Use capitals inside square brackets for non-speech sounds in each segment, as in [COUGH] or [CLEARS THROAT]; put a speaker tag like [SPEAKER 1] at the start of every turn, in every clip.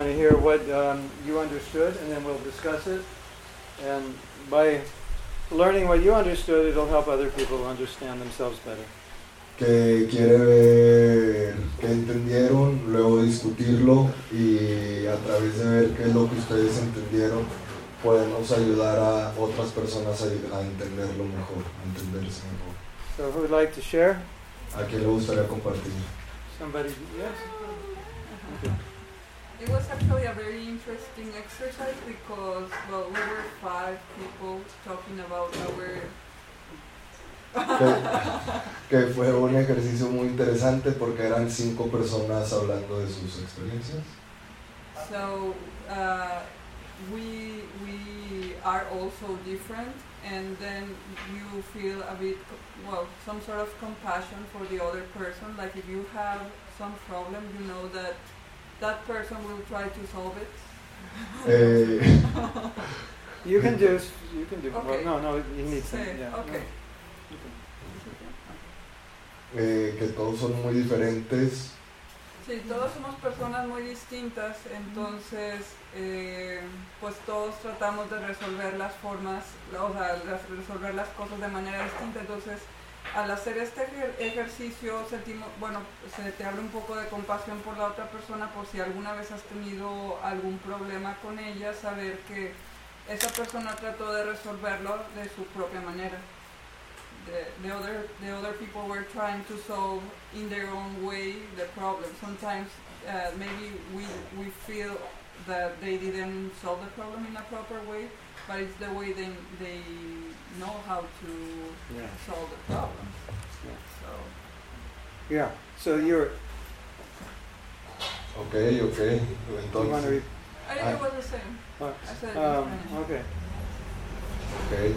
[SPEAKER 1] to hear what um, you understood, and then we'll discuss it. And by learning what you understood, it'll help other people understand themselves better.
[SPEAKER 2] que quiere ver qué entendieron, luego discutirlo y a través de ver qué es lo que ustedes entendieron, podemos ayudar a otras personas a, a entenderlo mejor, a entenderse mejor.
[SPEAKER 1] So, who would like to share?
[SPEAKER 2] ¿A quién le gustaría compartir?
[SPEAKER 1] Somebody? Yes.
[SPEAKER 3] It was actually a very interesting exercise because, well, we were five people talking about our.
[SPEAKER 2] Que, que fue un ejercicio muy interesante porque eran cinco personas hablando de sus experiencias.
[SPEAKER 3] So uh, we we are also different, and then you feel a bit co- well some sort of compassion for the other person. Like if you have some problem, you know that that person will try to solve it.
[SPEAKER 2] Eh,
[SPEAKER 1] You can do. s- You can do.
[SPEAKER 3] Okay.
[SPEAKER 1] Well, no, no. You need some.
[SPEAKER 3] Say,
[SPEAKER 1] Yeah.
[SPEAKER 3] okay.
[SPEAKER 1] no, you can.
[SPEAKER 2] eh, que todos son muy diferentes
[SPEAKER 3] Sí, todos somos personas muy distintas, entonces eh, pues todos tratamos de resolver las formas, o sea, las- resolver las cosas de manera distinta, entonces al hacer este ejer- ejercicio sentimos, bueno, se te abre un poco de compasión por la otra persona por si alguna vez has tenido algún problema con ella, saber que esa persona trató de resolverlo de su propia manera. the, the other the other people were trying to solve in their own way the problem. Sometimes uh, maybe we we feel that they didn't solve the problem in a proper way, but it's the way they they know how to
[SPEAKER 1] Yeah.
[SPEAKER 3] solve the problem. So
[SPEAKER 1] Yeah. So you're.
[SPEAKER 2] Ok, ok.
[SPEAKER 1] you want to.
[SPEAKER 2] Entonces,
[SPEAKER 1] Re-
[SPEAKER 3] I think it was the same.
[SPEAKER 1] Oh,
[SPEAKER 3] I said it in
[SPEAKER 1] um,
[SPEAKER 3] Spanish.
[SPEAKER 1] okay.
[SPEAKER 2] ok.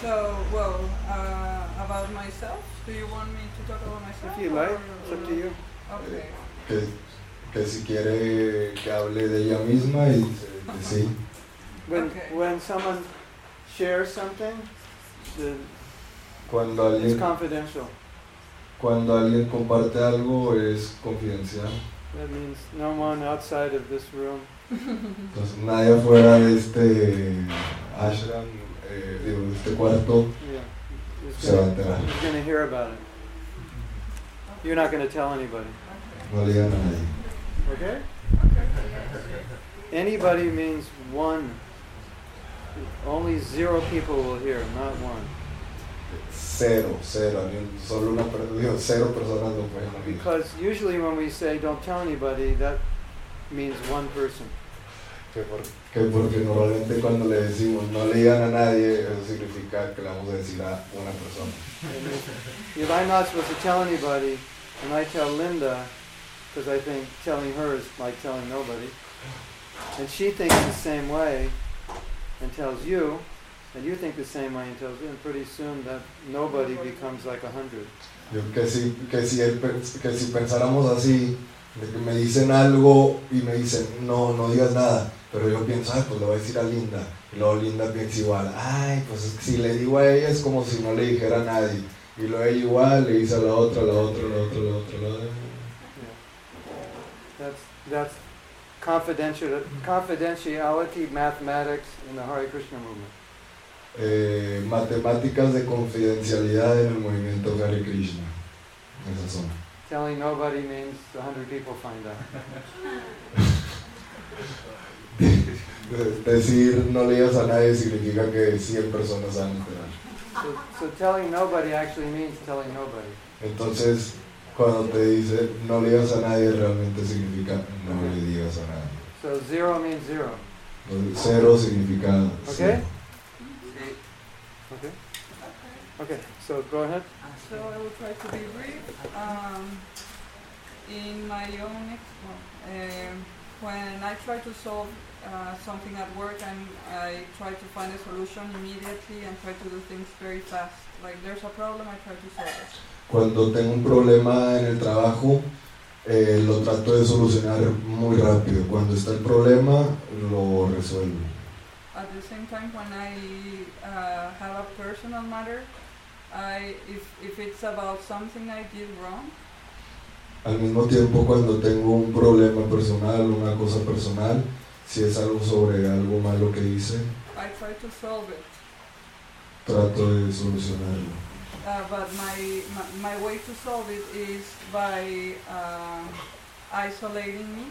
[SPEAKER 3] So well, uh, about myself. Do you want me to talk about myself?
[SPEAKER 1] If you like,
[SPEAKER 3] or-
[SPEAKER 1] it's up to you.
[SPEAKER 3] Okay.
[SPEAKER 2] Que, que si quiere que hable de ella misma y eh, que sí.
[SPEAKER 1] When
[SPEAKER 3] Okay.
[SPEAKER 1] when someone shares something, the,
[SPEAKER 2] Cuando
[SPEAKER 1] it's
[SPEAKER 2] alguien,
[SPEAKER 1] confidential.
[SPEAKER 2] cuando alguien comparte algo es confidencial.
[SPEAKER 1] That means no one outside of this room.
[SPEAKER 2] Entonces nadie afuera de este ashram, eh, digo, de este cuarto,
[SPEAKER 1] Yeah. Is
[SPEAKER 2] se va a
[SPEAKER 1] gonna,
[SPEAKER 2] enterar.
[SPEAKER 1] is gonna hear about it. You're not gonna tell anybody.
[SPEAKER 2] No le digan a nadie.
[SPEAKER 1] Okay? Anybody means one. Only zero people will hear, not one.
[SPEAKER 2] Cero, cero. alguien- Solo una per- digo, cero personas lo pueden oír.
[SPEAKER 1] Because usually when we say don't tell anybody, that means one person.
[SPEAKER 2] Que, por- que porque normalmente cuando le decimos no le digan a nadie, eso significa que le vamos a decir a una persona.
[SPEAKER 1] And if, if I'm not supposed to tell anybody, and I tell Linda, because I think telling her is like telling nobody, and she thinks the same way and tells you, and you think the same way and tells you, and pretty soon that nobody becomes like a hundred.
[SPEAKER 2] Yo que si, que si, él pens- que si pensáramos así, de que me dicen algo y me dicen, no, no digas nada, pero yo pienso, ah, pues le voy a decir a Linda, y luego Linda piensa igual, ay, pues es que si le digo a ella es como si no le dijera a nadie, y luego ella igual le dice a la otra, a la otra, a la otra, a la otra, a la otra.
[SPEAKER 1] That's that's confidential confidentiality mathematics in the Hare Krishna movement.
[SPEAKER 2] Eh, matemáticas de confidencialidad en el movimiento Hare Krishna, esas son. [LAUGHS]
[SPEAKER 1] Telling nobody means a hundred people find out.
[SPEAKER 2] De- Decir no le digas a nadie significa que 100 personas van a enterar.
[SPEAKER 1] So, so telling nobody actually means telling nobody.
[SPEAKER 2] Entonces, cuando te dice no le digas a nadie, realmente significa no le digas a nadie.
[SPEAKER 1] So zero means zero.
[SPEAKER 2] Entonces, cero significa cero.
[SPEAKER 1] Okay. Okay. So go ahead.
[SPEAKER 3] So I will try to be brief. Um, in my own, ex- well, um, when I try to solve uh, something at work, I'm, I try to find a solution immediately and try to do things very fast. Like there's a problem, I try to solve it.
[SPEAKER 2] Cuando tengo un problema en el trabajo, eh, lo trato de solucionar muy rápido. Cuando está el problema, lo resuelvo.
[SPEAKER 3] At the same time, when I uh, have a personal matter, I if if it's about something I did wrong,
[SPEAKER 2] Al mismo tiempo, cuando tengo un problema personal, una cosa personal, si es algo sobre algo malo que hice,
[SPEAKER 3] I try to solve it,
[SPEAKER 2] trato de solucionarlo.
[SPEAKER 3] uh, but my, my my way to solve it is by uh, isolating me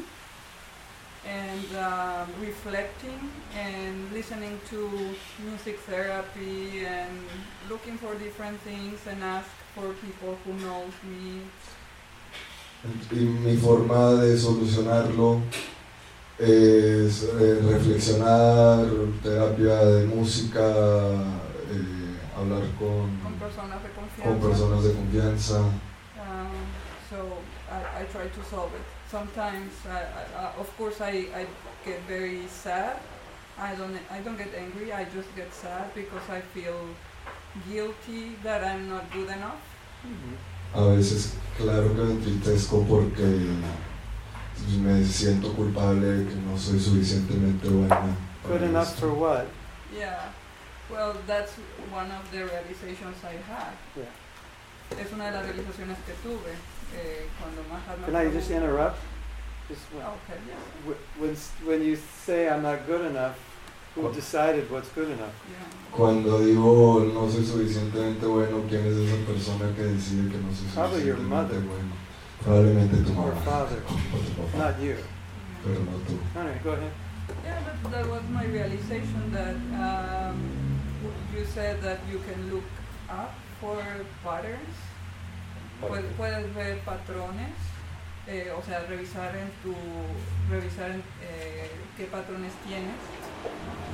[SPEAKER 3] and uh, reflecting and listening to music therapy and looking for different things and ask for people who knows me
[SPEAKER 2] Y mi forma de solucionarlo es eh, reflexionar, terapia de música, eh, hablar
[SPEAKER 3] con
[SPEAKER 2] con,
[SPEAKER 3] personas de
[SPEAKER 2] con
[SPEAKER 3] confianza.
[SPEAKER 2] personas de confianza.
[SPEAKER 3] Um, so I, I try to solve it. Sometimes, I, I, I, of course, I, I get very sad. I don't I don't get angry. I just get sad because I feel guilty that I'm not good enough.
[SPEAKER 1] Mhm.
[SPEAKER 2] A veces, claro que me entristezco porque me siento culpable de que no soy suficientemente buena. para
[SPEAKER 1] Good enough
[SPEAKER 2] esto.
[SPEAKER 1] for what?
[SPEAKER 3] Yeah. Well, that's one of the realizations I had.
[SPEAKER 1] Yeah.
[SPEAKER 3] Es una de las realizaciones que tuve eh, cuando Mahatma.
[SPEAKER 1] Can I just
[SPEAKER 3] Gandhi- Oh,
[SPEAKER 1] interrupt? Just well,
[SPEAKER 3] Okay. Yeah.
[SPEAKER 1] wh- when s- when you say I'm not good enough, who
[SPEAKER 2] What?
[SPEAKER 1] decided what's good enough?
[SPEAKER 3] yeah.
[SPEAKER 2] Cuando digo no soy suficientemente bueno, ¿quién es esa persona que decide que no soy
[SPEAKER 1] Probably your
[SPEAKER 2] suficientemente
[SPEAKER 1] mother.
[SPEAKER 2] bueno? Probablemente tu
[SPEAKER 1] Or
[SPEAKER 2] mamá.
[SPEAKER 1] father?
[SPEAKER 2] o tu papá,
[SPEAKER 1] Not you.
[SPEAKER 3] Yeah.
[SPEAKER 2] Pero no tú.
[SPEAKER 1] Anyway, go ahead.
[SPEAKER 3] Yeah, that, that was my realization that um, you said that you can look up for patterns. Puedes, puedes ver patrones, eh, o sea, revisar en tu, revisar en, eh, qué patrones tienes.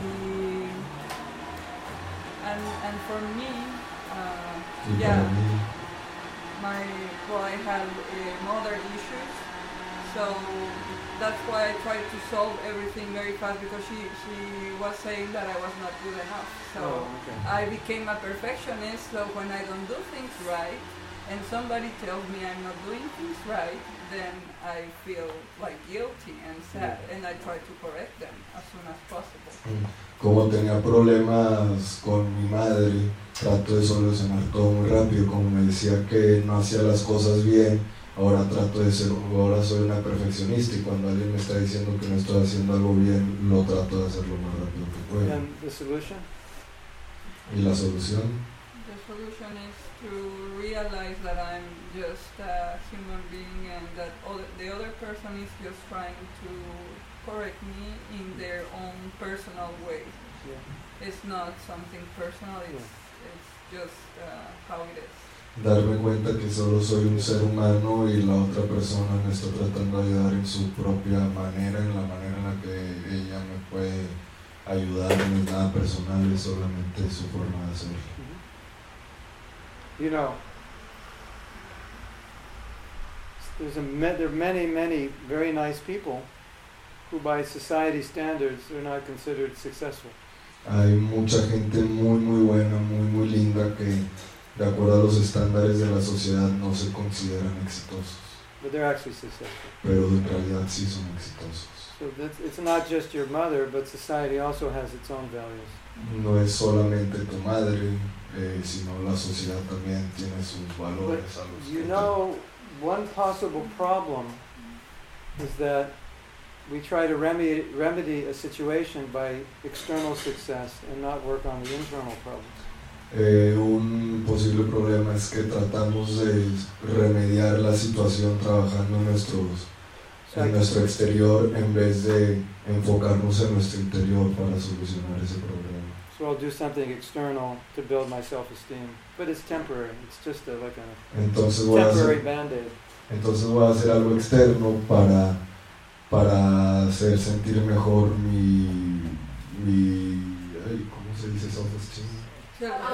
[SPEAKER 3] Y, and, and for me, uh,
[SPEAKER 2] Y
[SPEAKER 3] yeah,
[SPEAKER 2] para mí,
[SPEAKER 3] my well, I have uh, mother issues, so that's why I tried to solve everything very fast because she she was saying that I was not good enough. So
[SPEAKER 1] Oh, okay.
[SPEAKER 3] I became a perfectionist. So when I don't do things right, and somebody tells me I'm not doing things right, then I feel like guilty and sad, and I try to correct them as soon as possible.
[SPEAKER 2] como tenía problemas con mi madre, trato de solucionar todo muy rápido. Como me decía que no hacía las cosas bien, ahora trato de ser, ahora soy una perfeccionista y cuando alguien me está diciendo que no estoy haciendo algo bien, lo trato de hacer lo más rápido que puedo.
[SPEAKER 1] And the solution?
[SPEAKER 2] Y la solución
[SPEAKER 3] The solution is to realize that I'm just a human being and that other, the other person is just trying to correct me in their own personal way.
[SPEAKER 1] Yeah.
[SPEAKER 3] It's not something personal, it's, it's just uh, how it is.
[SPEAKER 2] darme cuenta que solo soy un ser humano y la otra persona me está tratando de ayudar en su propia manera, en la manera en la que ella me puede ayudar, no es nada personal, es solamente su forma de ser.
[SPEAKER 1] You know, there's a ma- there are many, many very nice people who, by society standards, are not considered successful.
[SPEAKER 2] Hay mucha gente muy muy buena, muy muy linda que de acuerdo a los estándares de la sociedad no se consideran exitosos,
[SPEAKER 1] But they're actually successful.
[SPEAKER 2] pero en realidad sí son exitosos.
[SPEAKER 1] So that's, it's not just your mother, but society also has its own values.
[SPEAKER 2] No es solamente tu madre, eh, sino la sociedad también tiene sus valores. a los
[SPEAKER 1] You
[SPEAKER 2] que-
[SPEAKER 1] know, one possible problem is that we try to remedy, remedy a situation by external success and not work on the internal problem.
[SPEAKER 2] Eh, un posible problema es que tratamos de remediar la situación trabajando en, nuestros,
[SPEAKER 1] So
[SPEAKER 2] en
[SPEAKER 1] I-
[SPEAKER 2] nuestro exterior en vez de enfocarnos en nuestro interior para solucionar ese problema.
[SPEAKER 1] So I'll do something external to build my self-esteem, but it's temporary. It's just a, like a
[SPEAKER 2] Entonces voy a
[SPEAKER 1] temporary
[SPEAKER 2] hacer,
[SPEAKER 1] band-aid.
[SPEAKER 2] entonces voy a hacer algo externo para, para hacer sentir mejor mi, mi ay, ¿cómo se dice? Self-esteem.
[SPEAKER 3] Ah.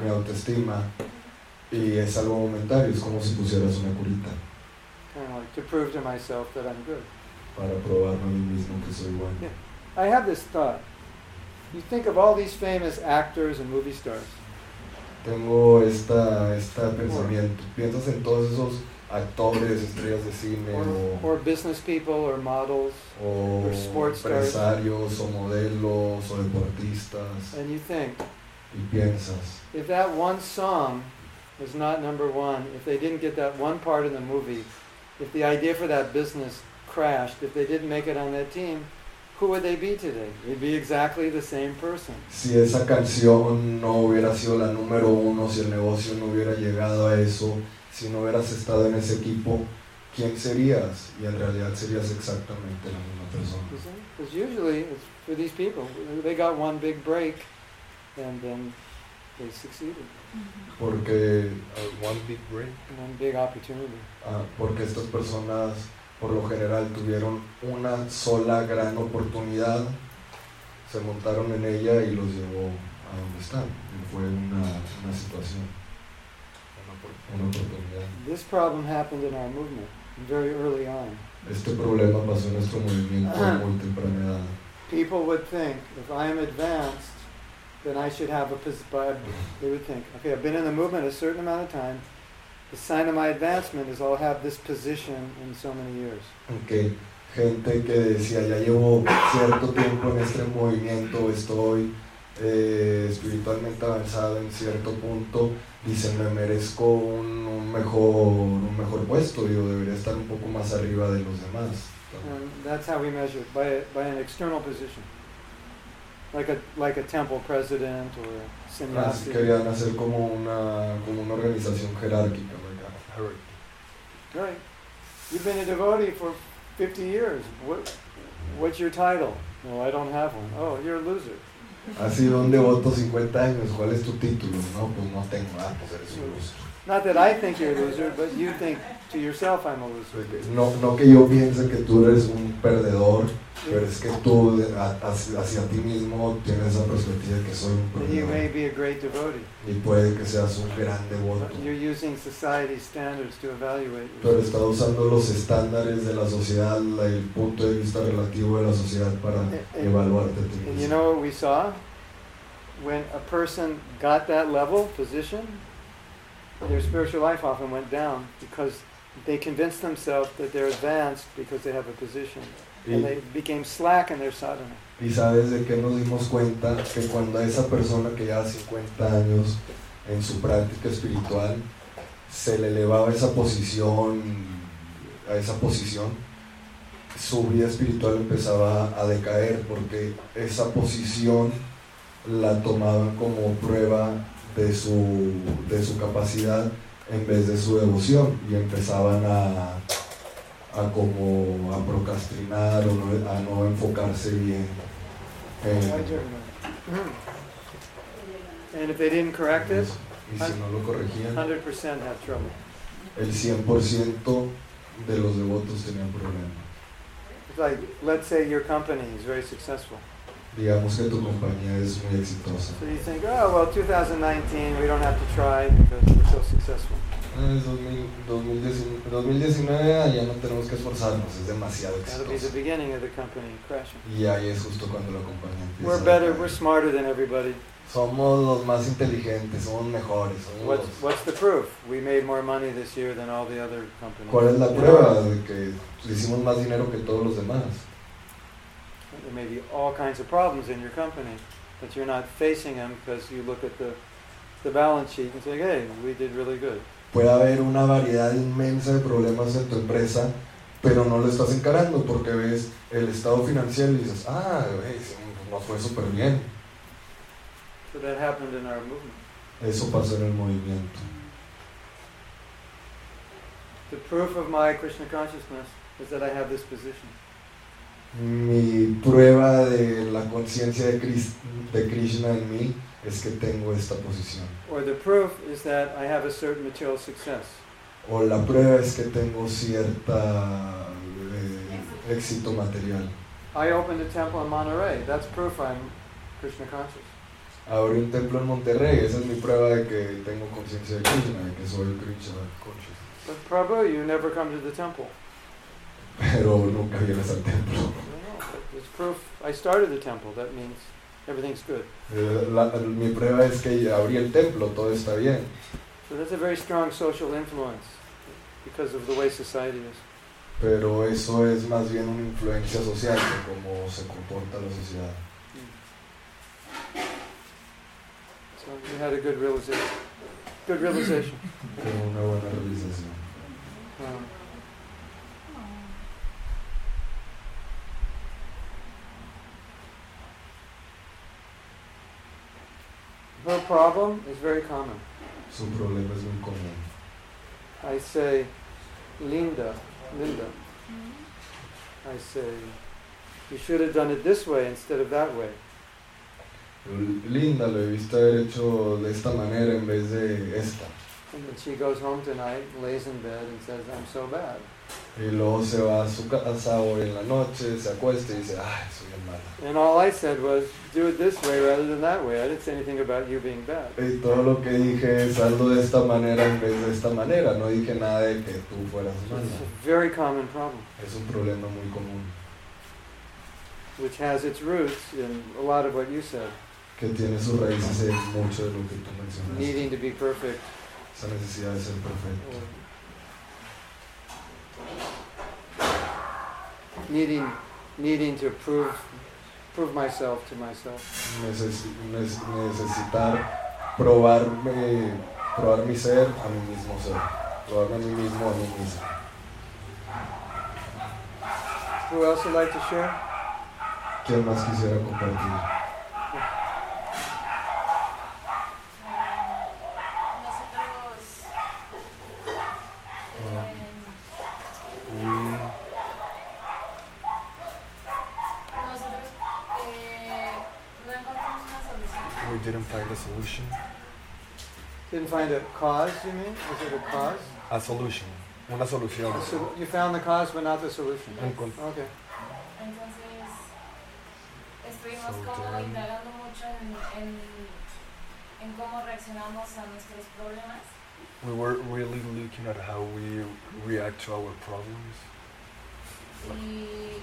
[SPEAKER 2] mi autoestima y es algo momentario, es como si pusieras una curita
[SPEAKER 1] Kind of like to prove to myself that I'm good.
[SPEAKER 2] para probarme a mí mismo que soy bueno.
[SPEAKER 1] Yeah. I have this thought. You think of all these famous actors and movie stars.
[SPEAKER 2] Tengo esta, esta pensamiento, piensas en todos esos actores, estrellas de cine
[SPEAKER 1] Or,
[SPEAKER 2] o,
[SPEAKER 1] or business people or models,
[SPEAKER 2] o
[SPEAKER 1] or sports stars.
[SPEAKER 2] empresarios o modelos o deportistas
[SPEAKER 1] and you think,
[SPEAKER 2] y piensas,
[SPEAKER 1] if that one song was not number one, if they didn't get that one part in the movie, if the idea for that business crashed, if they didn't make it on that team, who would they be today? They'd be exactly the same person.
[SPEAKER 2] Si esa canción no hubiera sido la número uno, si el negocio no hubiera llegado a eso, si no hubieras estado en ese equipo, ¿quién serías? Y en realidad serías exactamente la misma persona.
[SPEAKER 1] Because usually it's for these people, they got one big break and then they succeeded.
[SPEAKER 2] Porque, uh,
[SPEAKER 4] one big break.
[SPEAKER 1] One big opportunity.
[SPEAKER 2] ah, porque estas personas por lo general tuvieron una sola gran oportunidad, se montaron en ella y los llevó a donde están. Y fue una, una situación,
[SPEAKER 4] Una
[SPEAKER 2] una oportunidad.
[SPEAKER 1] This problem happened in our movement very early on.
[SPEAKER 2] Este problema pasó en nuestro movimiento a muy temprana edad.
[SPEAKER 1] People would think if I am advanced, then I should have a position. They would think, okay, I've been in the movement a certain amount of time. The sign of my advancement is I'll have this position in so many years.
[SPEAKER 2] Aunque gente que decía, ya llevo cierto tiempo en este movimiento, estoy eh, espiritualmente avanzado en cierto punto, dicen, me merezco un, un mejor, un mejor puesto, yo debería estar un poco más arriba de los demás.
[SPEAKER 1] And that's how we measure it, by, a, by an external position, like a, like a temple president or a
[SPEAKER 2] Así
[SPEAKER 1] sannyasi.
[SPEAKER 2] querían hacer como una, como una organización jerárquica. ¿verdad?
[SPEAKER 4] Hurricane.
[SPEAKER 1] Right. You've been a devotee for 50 years. What, what's your title? No, I don't have one. Oh, you're a loser.
[SPEAKER 2] Has sido un devoto 50 años, ¿cuál es tu título? No, pues no tengo, ah, pues eres un loser.
[SPEAKER 1] Not that I think you're a loser, but you think to yourself I'm a loser.
[SPEAKER 2] No, no que yo piense que tú eres un perdedor, pero es que tú de- a- hacia, hacia ti mismo tienes esa perspectiva de que soy un
[SPEAKER 1] That you may
[SPEAKER 2] perdedor
[SPEAKER 1] be a great devotee,
[SPEAKER 2] y puede que seas un gran devoto.
[SPEAKER 1] but you're using society's standards to evaluate
[SPEAKER 2] Pero
[SPEAKER 1] you.
[SPEAKER 2] está usando los estándares de la sociedad, la- el punto de vista relativo de la sociedad para
[SPEAKER 1] Eh, eh.
[SPEAKER 2] evaluarte a ti
[SPEAKER 1] And you
[SPEAKER 2] mismo.
[SPEAKER 1] know what we saw? When a person got that level, position, their spiritual life often went down because they convinced themselves that they're advanced because they have a position. And they
[SPEAKER 2] Y,
[SPEAKER 1] became slack in their sadhana.
[SPEAKER 2] y sabes de qué nos dimos cuenta que cuando esa persona que lleva 50 años en su práctica espiritual se le elevaba esa posición, a esa posición, su vida espiritual empezaba a decaer porque esa posición la tomaban como prueba de su, de su capacidad en vez de su devoción y empezaban a, a como a procrastinar o no- a no enfocarse bien. en-
[SPEAKER 1] Mm-hmm. And if they didn't correct
[SPEAKER 2] y
[SPEAKER 1] it,
[SPEAKER 2] si no lo corregían,
[SPEAKER 1] 100% have trouble.
[SPEAKER 2] el 100% de los devotos tenían problemas.
[SPEAKER 1] It's like, let's say your company is very successful.
[SPEAKER 2] Digamos que tu compañía es muy exitosa.
[SPEAKER 1] So you think, oh, well, 2019, we don't have to try because we're so successful.
[SPEAKER 2] Ah, Es 2000, 2019, 2019, ah, ya no tenemos que esforzarnos, es demasiado
[SPEAKER 1] That'll be the
[SPEAKER 2] exitoso.
[SPEAKER 1] beginning of the company crashing.
[SPEAKER 2] Y ahí es justo cuando la compañía empieza.
[SPEAKER 1] We're
[SPEAKER 2] a
[SPEAKER 1] better,
[SPEAKER 2] decaer.
[SPEAKER 1] we're smarter than everybody.
[SPEAKER 2] Somos los más inteligentes, somos mejores. Somos
[SPEAKER 1] What's,
[SPEAKER 2] los-
[SPEAKER 1] what's the proof? We made more money this year than all the other companies.
[SPEAKER 2] ¿Cuál es la prueba de que hicimos más dinero que todos los demás?
[SPEAKER 1] There may be all kinds of problems in your company, but you're not facing them because you look at the, the balance sheet and say, hey, we did really good.
[SPEAKER 2] Puede haber una variedad inmensa de problemas en tu empresa, pero no lo estás encarando porque ves el estado financiero y dices, ah, güey, sí, no fue súper bien.
[SPEAKER 1] So that happened in our movement.
[SPEAKER 2] Eso pasó en el movimiento.
[SPEAKER 1] The proof of my Krishna consciousness is that I have this position.
[SPEAKER 2] Mi prueba de la conciencia de, Cris- de Krishna en mí es que tengo esta posición.
[SPEAKER 1] Or the proof is that I have a certain material success.
[SPEAKER 2] O la prueba es que tengo cierta eh, éxito material.
[SPEAKER 1] I opened a temple in Monterey. That's proof I'm Krishna conscious.
[SPEAKER 2] Abrí un templo en Monterrey, esa es mi prueba de que tengo conciencia de Krishna, de que soy Krishna conscious.
[SPEAKER 1] But Prabhu, you never come to the temple.
[SPEAKER 2] Pero nunca vienes al templo.
[SPEAKER 1] I don't know, but It's proof. I started the temple. That means everything's good.
[SPEAKER 2] Eh, la- mi prueba es que abrí el templo, todo está bien.
[SPEAKER 1] So that's a very strong social influence because of the way society is.
[SPEAKER 2] Pero eso es más bien una influencia social, de cómo se comporta la sociedad.
[SPEAKER 1] So you had a good realization. Good realization.
[SPEAKER 2] Tengo una buena realización.
[SPEAKER 1] Um, her problem is very common.
[SPEAKER 2] Su problema es muy común.
[SPEAKER 1] I say, Linda, Linda, I say, you should have done it this way instead of that way.
[SPEAKER 2] Linda lo he visto haber hecho de esta manera en vez de esta.
[SPEAKER 1] And then she goes home tonight, lays in bed, and says, I'm so bad.
[SPEAKER 2] Y luego se va a su casa hoy en la noche, se acuesta y dice, ay, soy bien mala.
[SPEAKER 1] And all I said was, do it this way rather than that way. I didn't say anything about you being bad.
[SPEAKER 2] Y todo lo que dije es hazlo de esta manera en vez de esta manera. No dije nada de que tú fueras
[SPEAKER 1] It's
[SPEAKER 2] mala.
[SPEAKER 1] a very common problem,
[SPEAKER 2] Es un problema muy común
[SPEAKER 1] which has its roots in a lot of what you said
[SPEAKER 2] que tiene sus raíces en mucho de lo que tú
[SPEAKER 1] needing
[SPEAKER 2] mencionaste.
[SPEAKER 1] to be perfect.
[SPEAKER 2] Esa necesidad de ser perfecto.
[SPEAKER 1] or Needing, needing to prove, prove myself to myself.
[SPEAKER 2] Neces- nes- necesitar probarme, probar mi ser a mi mismo ser. Probarme a mí mismo a mí mismo.
[SPEAKER 1] Who else would like to share?
[SPEAKER 2] ¿Quién más quisiera compartir?
[SPEAKER 5] Nosotros eh,
[SPEAKER 4] We,
[SPEAKER 5] nosotros eh, no encontramos una solución.
[SPEAKER 4] we didn't find a solution.
[SPEAKER 1] Didn't find a cause, you mean? Is it a cause?
[SPEAKER 4] A solution. Una solución.
[SPEAKER 1] The sol- you found the cause, but not the solution.
[SPEAKER 4] Encon-
[SPEAKER 1] Okay.
[SPEAKER 5] Entonces estuvimos
[SPEAKER 4] So
[SPEAKER 5] como
[SPEAKER 4] then-
[SPEAKER 5] indagando mucho en, en, en cómo reaccionamos a nuestros problemas
[SPEAKER 4] We were really looking at how we react to our problems
[SPEAKER 5] y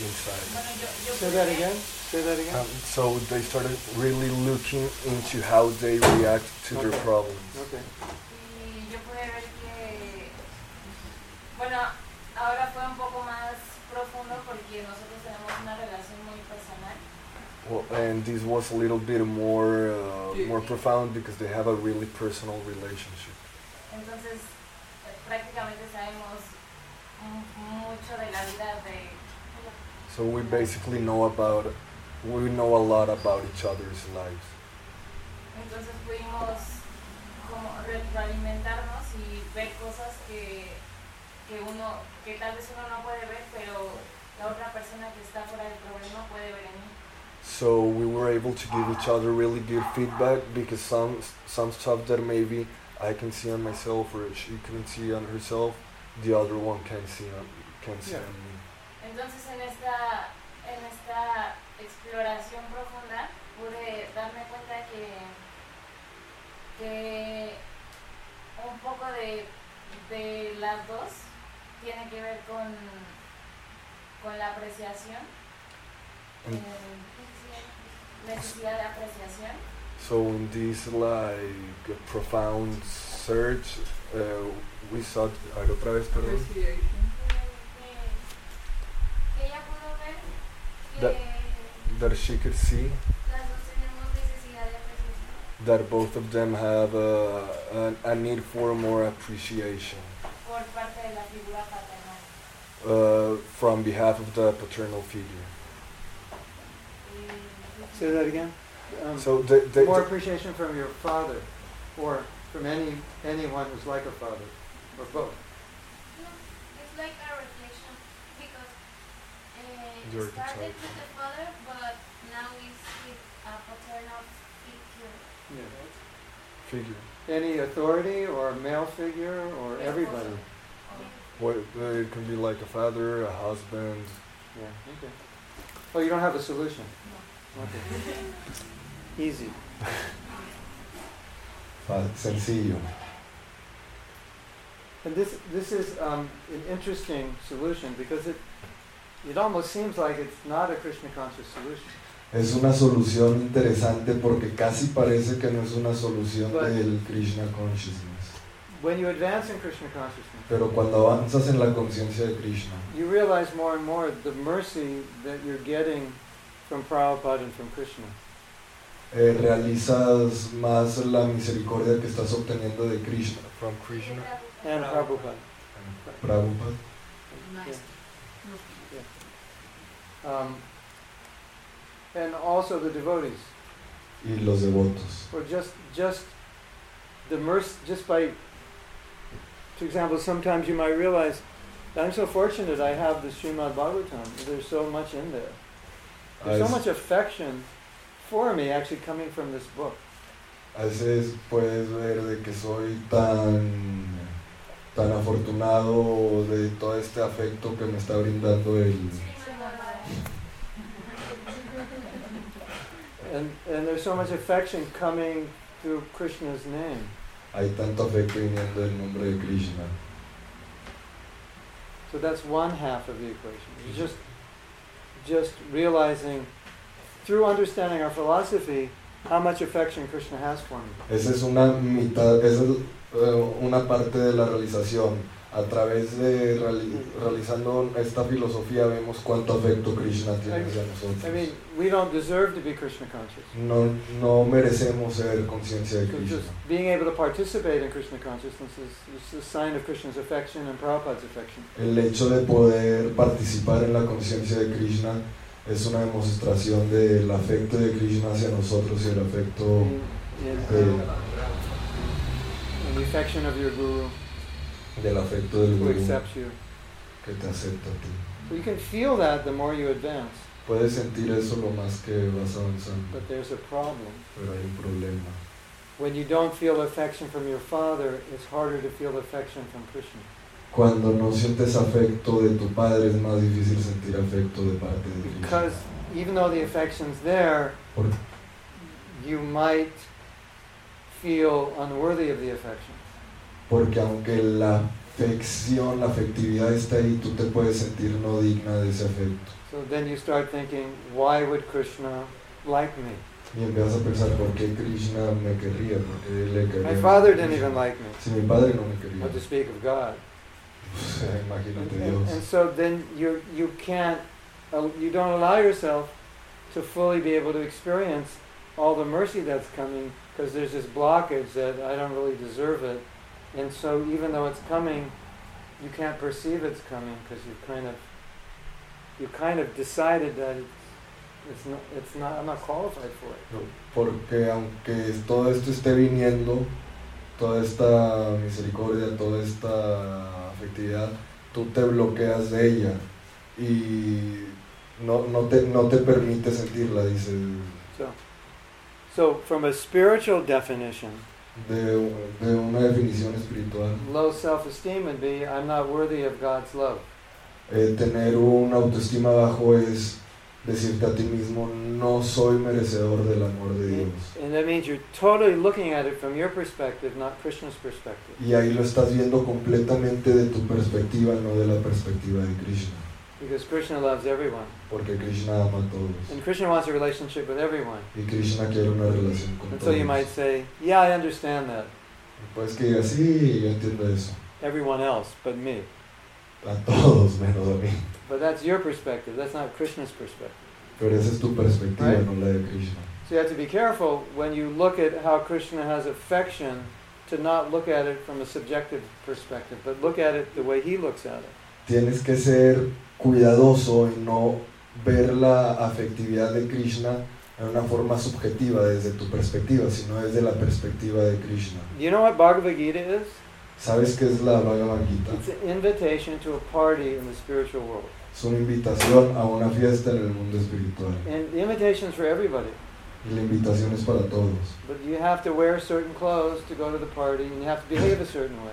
[SPEAKER 4] inside.
[SPEAKER 5] bueno yo, yo
[SPEAKER 1] Say that
[SPEAKER 5] pensé-
[SPEAKER 1] again. Say that again.
[SPEAKER 4] Um, so they started really looking into how they react to their
[SPEAKER 1] Okay.
[SPEAKER 4] problems.
[SPEAKER 1] Okay.
[SPEAKER 5] Y yo pude ver que, bueno, ahora fue un poco más profundo porque nosotros tenemos una relación muy personal.
[SPEAKER 4] Well, and this was a little bit more uh,
[SPEAKER 3] Yeah.
[SPEAKER 4] more profound because they have a really personal relationship.
[SPEAKER 5] Entonces, eh, prácticamente sabemos mu- mucho de la vida de...
[SPEAKER 4] So we basically know about we know a lot about each other's lives.
[SPEAKER 5] Entonces pudimos como retroalimentarnos y ver cosas que, que uno, que tal vez uno no puede ver, pero la otra persona que está fuera del problema puede ver en mí.
[SPEAKER 4] So we were able to give each other really good feedback because some some stuff that maybe I can see on myself or she couldn't see on herself, the other one can see on can see
[SPEAKER 1] Yeah.
[SPEAKER 4] on me.
[SPEAKER 5] Entonces en esta, en esta exploración profunda pude darme cuenta que, que un poco de, de las dos tiene que ver con, con la apreciación,
[SPEAKER 4] Mm.
[SPEAKER 5] eh, necesidad de apreciación.
[SPEAKER 4] So in this like profound search, uh, we saw a ver, otra vez, perdón.
[SPEAKER 1] Mm-hmm.
[SPEAKER 3] Appreciation.
[SPEAKER 5] que- que ella pudo ver que
[SPEAKER 4] Da- that she could see
[SPEAKER 5] las dos tenemos necesidad de apreciación.
[SPEAKER 4] that both of them have a, a, a need for more appreciation
[SPEAKER 5] por parte de la figura paternal.
[SPEAKER 4] uh, from behalf of the paternal figure.
[SPEAKER 1] Mm-hmm.
[SPEAKER 5] Y-
[SPEAKER 1] Say that again. Um,
[SPEAKER 4] So they, they,
[SPEAKER 1] more appreciation from your father, or from any anyone who's like a father, or both.
[SPEAKER 5] No, it's like a reflection because eh,
[SPEAKER 4] You're the
[SPEAKER 5] it started
[SPEAKER 4] child.
[SPEAKER 5] with the father, but now it's with a paternal figure.
[SPEAKER 1] Yeah.
[SPEAKER 4] figure.
[SPEAKER 1] Any authority or male figure or everybody.
[SPEAKER 4] What, uh, it can be like a father, a husband.
[SPEAKER 1] Yeah. Okay. Oh, you don't have a solution. Okay. Easy.
[SPEAKER 2] Fa- Ah, Sencillo.
[SPEAKER 1] And this this is um, an interesting solution because it it almost seems like it's not a Krishna conscious solution.
[SPEAKER 2] Es una solución interesante porque casi parece que no es una solución
[SPEAKER 1] Bueno.
[SPEAKER 2] del Krishna Consciousness.
[SPEAKER 1] When you advance in Krishna consciousness.
[SPEAKER 2] Pero cuando avanzas en la conciencia de Krishna,
[SPEAKER 1] you realize more and more the mercy that you're getting from Prabhupada and from Krishna.
[SPEAKER 2] eh, realizas más la misericordia que estás obteniendo de Krishna.
[SPEAKER 4] From Krishna.
[SPEAKER 1] And Prabhupada.
[SPEAKER 2] Prabhupada.
[SPEAKER 1] Um, and also the devotees.
[SPEAKER 2] y los devotos.
[SPEAKER 1] or just just the mercy just by for example sometimes you might realize i'm so fortunate i have the srimad bhagavatam there's so much in there there's so
[SPEAKER 2] As-
[SPEAKER 1] much affection for me actually coming from this book
[SPEAKER 2] A veces puedes ver de que soy tan, tan afortunado de todo este afecto que me está brindando el...
[SPEAKER 1] and and there's so much affection coming through krishna's name
[SPEAKER 2] Hay tanto afecto viniendo del nombre de Krishna.
[SPEAKER 1] so that's one half of the equation It's just just realizing through understanding our philosophy how much affection krishna has for me
[SPEAKER 2] Esa es una mitad, esa es eh, una parte de la realización. A través de reali- realizando esta filosofía vemos cuánto afecto Krishna tiene hacia
[SPEAKER 1] I mean,
[SPEAKER 2] nosotros.
[SPEAKER 1] we don't deserve to be Krishna conscious.
[SPEAKER 2] No, no merecemos ser conciencia de
[SPEAKER 1] So
[SPEAKER 2] Krishna.
[SPEAKER 1] just being able to participate in Krishna consciousness is, is a sign of Krishna's affection and Prabhupada's affection.
[SPEAKER 2] El hecho de poder participar en la conciencia de Krishna es una demostración del afecto de Krishna hacia nosotros y el afecto
[SPEAKER 1] In, in, uh,
[SPEAKER 2] de-
[SPEAKER 1] in the affection of your guru
[SPEAKER 2] del afecto del
[SPEAKER 1] who
[SPEAKER 2] gurú
[SPEAKER 1] accepts you.
[SPEAKER 2] que te acepta a ti.
[SPEAKER 1] So you can feel that the more you advance,
[SPEAKER 2] Puedes sentir eso lo más que vas avanzando,
[SPEAKER 1] but there's a problem.
[SPEAKER 2] pero hay un problema.
[SPEAKER 1] When you don't feel affection from your father, it's harder to feel affection from Krishna.
[SPEAKER 2] Cuando no sientes afecto de tu padre es más difícil sentir afecto de parte de Krishna.
[SPEAKER 1] Because even though the affection's there,
[SPEAKER 2] Por-
[SPEAKER 1] you might feel unworthy of the affection.
[SPEAKER 2] Porque aunque la afección, la afectividad está ahí, tú te puedes sentir no digna de ese afecto.
[SPEAKER 1] So then you start thinking, why would Krishna like me?
[SPEAKER 2] Y empiezas a pensar por qué Krishna me querría, por qué le quería.
[SPEAKER 1] My father didn't even like me,
[SPEAKER 2] Si mi padre no me quería.
[SPEAKER 1] not to speak of God.
[SPEAKER 2] O sea,
[SPEAKER 1] And,
[SPEAKER 2] imagínate
[SPEAKER 1] and, and
[SPEAKER 2] Dios.
[SPEAKER 1] so then you you can't, uh, you don't allow yourself to fully be able to experience all the mercy that's coming because there's this blockage that I don't really deserve it, and so even though it's coming, you can't perceive it's coming because you kind of you kind of decided that it's, it's not it's not I'm not qualified for it.
[SPEAKER 2] Porque aunque todo esto esté viniendo, toda esta misericordia, toda esta afectividad, tú te bloqueas de ella y no, no, te, no te permite sentirla, dice.
[SPEAKER 1] So, so from a spiritual definition,
[SPEAKER 2] De, de una definición espiritual.
[SPEAKER 1] low self-esteem would be I'm not worthy of God's love.
[SPEAKER 2] Eh, tener una autoestima bajo es decirte a ti mismo, no soy merecedor del amor de Dios.
[SPEAKER 1] And that means you're totally looking at it from your perspective, not Krishna's perspective.
[SPEAKER 2] Y ahí lo estás viendo completamente de tu perspectiva, no de la perspectiva de Krishna.
[SPEAKER 1] Because Krishna loves everyone.
[SPEAKER 2] Porque Krishna ama a todos.
[SPEAKER 1] And Krishna wants a relationship with everyone.
[SPEAKER 2] Y Krishna quiere una relación con
[SPEAKER 1] And so
[SPEAKER 2] todos.
[SPEAKER 1] you might say, yeah, I understand that.
[SPEAKER 2] Pues que diga, sí, yo entiendo eso.
[SPEAKER 1] Everyone else but me.
[SPEAKER 2] A todos menos a mí.
[SPEAKER 1] But that's your perspective. That's not Krishna's perspective.
[SPEAKER 2] Pero esa es tu perspectiva,
[SPEAKER 1] Right.
[SPEAKER 2] no la de Krishna.
[SPEAKER 1] So you have to be careful when you look at how Krishna has affection to not look at it from a subjective perspective, but look at it the way he looks at it.
[SPEAKER 2] Tienes que ser cuidadoso y no ver la afectividad de Krishna en una forma subjetiva desde tu perspectiva, sino desde la perspectiva de Krishna.
[SPEAKER 1] You know what Bhagavad Gita is?
[SPEAKER 2] ¿Sabes qué es la Bhagavad Gita?
[SPEAKER 1] It's an invitation to a party in the spiritual world.
[SPEAKER 2] Es una invitación a una fiesta en el mundo espiritual.
[SPEAKER 1] And the invitation's for everybody.
[SPEAKER 2] Y la invitación es para todos.
[SPEAKER 1] But you have to wear certain clothes to go to the party and you have to behave a certain way.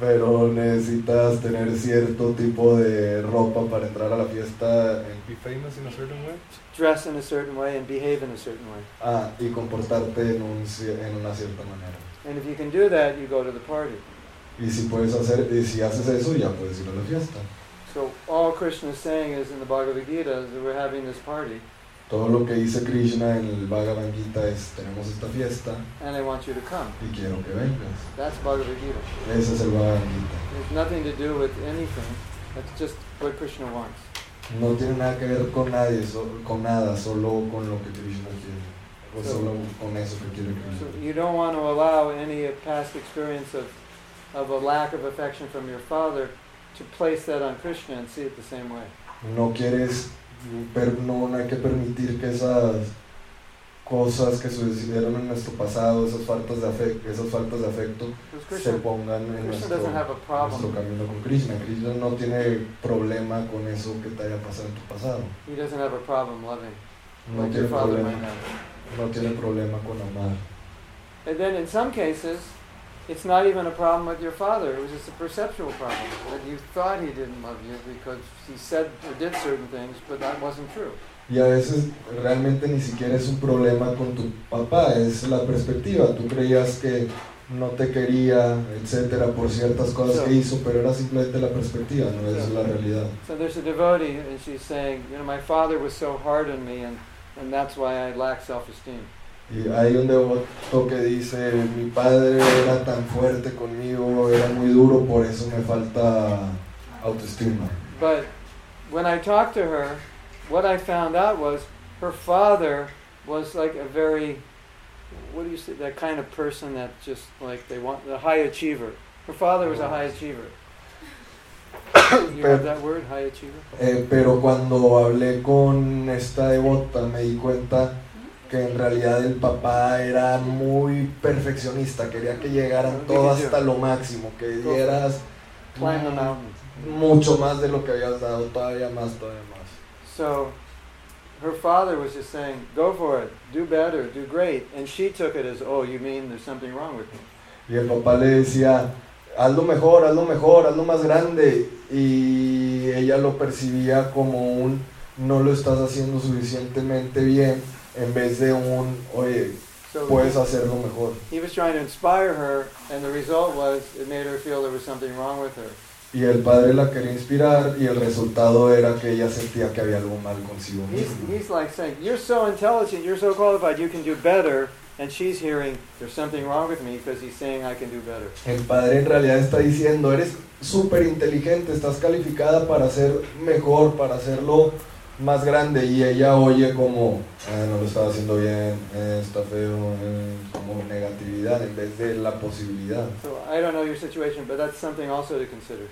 [SPEAKER 2] Pero necesitas tener cierto tipo de ropa para entrar a la fiesta en-
[SPEAKER 4] Be famous in a certain way.
[SPEAKER 1] Dress in a certain way and behave in a certain way.
[SPEAKER 2] ah, y comportarte en, un cier- en una cierta manera.
[SPEAKER 1] And if you can do that, you go to the party.
[SPEAKER 2] Y si puedes hacer, y si haces eso, ya puedes ir a la fiesta.
[SPEAKER 1] So all Krishna is saying is in the Bhagavad Gita is that we're having this party
[SPEAKER 2] Todo lo que dice Krishna en el Bhagavad Gita es tenemos esta fiesta
[SPEAKER 1] and I want you to come.
[SPEAKER 2] y quiero que vengas.
[SPEAKER 1] That's Bhagavad Gita.
[SPEAKER 2] Ese es el Bhagavad Gita.
[SPEAKER 1] It has nothing to do with anything. That's just what Krishna wants.
[SPEAKER 2] No tiene nada que ver con nadie, so- con nada, solo con lo que Krishna quiere. O
[SPEAKER 1] Sí.
[SPEAKER 2] solo con eso que quiere
[SPEAKER 1] So
[SPEAKER 2] Krishna.
[SPEAKER 1] you don't want to allow any past experience of, of a lack of affection from your father to place that on Krishna and see it the same way.
[SPEAKER 2] No quieres, per- no, no hay que permitir que esas cosas que sucedieron en nuestro pasado, esas faltas de afecto, esas faltas de afecto
[SPEAKER 1] Because
[SPEAKER 2] se
[SPEAKER 1] Krishna,
[SPEAKER 2] pongan en
[SPEAKER 1] Krishna
[SPEAKER 2] nuestro,
[SPEAKER 1] doesn't have a
[SPEAKER 2] nuestro
[SPEAKER 1] problem.
[SPEAKER 2] camino con Krishna. Krishna no tiene problema con eso que te haya pasado en tu pasado.
[SPEAKER 1] He doesn't have a problem loving,
[SPEAKER 2] No
[SPEAKER 1] like your
[SPEAKER 2] tiene
[SPEAKER 1] father might
[SPEAKER 2] problema,
[SPEAKER 1] have.
[SPEAKER 2] no tiene problema con amar.
[SPEAKER 1] And then in some cases, it's not even a problem with your father. It was just a perceptual problem that you thought he didn't love you because he said or did certain things, but that wasn't true.
[SPEAKER 2] Y a veces realmente ni siquiera es un problema con tu papá, es la perspectiva. Tú creías que no te quería, etcétera, por ciertas cosas que
[SPEAKER 1] Sí.
[SPEAKER 2] hizo, pero era simplemente la perspectiva, no es
[SPEAKER 1] Sí.
[SPEAKER 2] la realidad.
[SPEAKER 1] So there's a devotee, and she's saying, you know, my father was so hard on me, and, and that's why I lack self-esteem.
[SPEAKER 2] Y hay un devoto que dice, mi padre era tan fuerte conmigo, era muy duro, por eso me falta autoestima.
[SPEAKER 1] But when I talked to her, what I found out was her father was like a very, what do you say, that kind of person that just like they want, the high achiever. Her father was a high [COUGHS] achiever. you heard that word, high achiever?
[SPEAKER 2] Eh, pero cuando hablé con esta devota me di cuenta que en realidad el papá era muy perfeccionista, quería que llegaran todo hasta lo máximo, que dieras
[SPEAKER 1] Climb the mountain.
[SPEAKER 2] mucho más de lo que habías dado, todavía más, todavía más.
[SPEAKER 1] So her father was just saying, go for it, do better, do great. And she took it as, oh, you mean there's something wrong with me.
[SPEAKER 2] Y el papá le decía, hazlo mejor, hazlo mejor, hazlo más grande. Y ella lo percibía como un, no lo estás haciendo suficientemente bien, en vez de un, oye,
[SPEAKER 1] So
[SPEAKER 2] puedes hacerlo mejor.
[SPEAKER 1] He was trying to inspire her, and the result was it made her feel there was something wrong with her.
[SPEAKER 2] Y el padre la quería inspirar y el resultado era que ella sentía que había algo mal consigo
[SPEAKER 1] He's,
[SPEAKER 2] misma.
[SPEAKER 1] he's like saying, You're so intelligent, you're so qualified, you can do better. And she's hearing, There's something wrong with me because he's saying I can do better.
[SPEAKER 2] El padre en realidad está diciendo, eres súper inteligente, estás calificada para ser mejor, para hacerlo más grande. Y ella oye como, "Ah, no lo estaba haciendo bien, eh, está feo, eh", como negatividad en vez de la posibilidad.
[SPEAKER 1] So I don't know your situation, but that's something also to consider.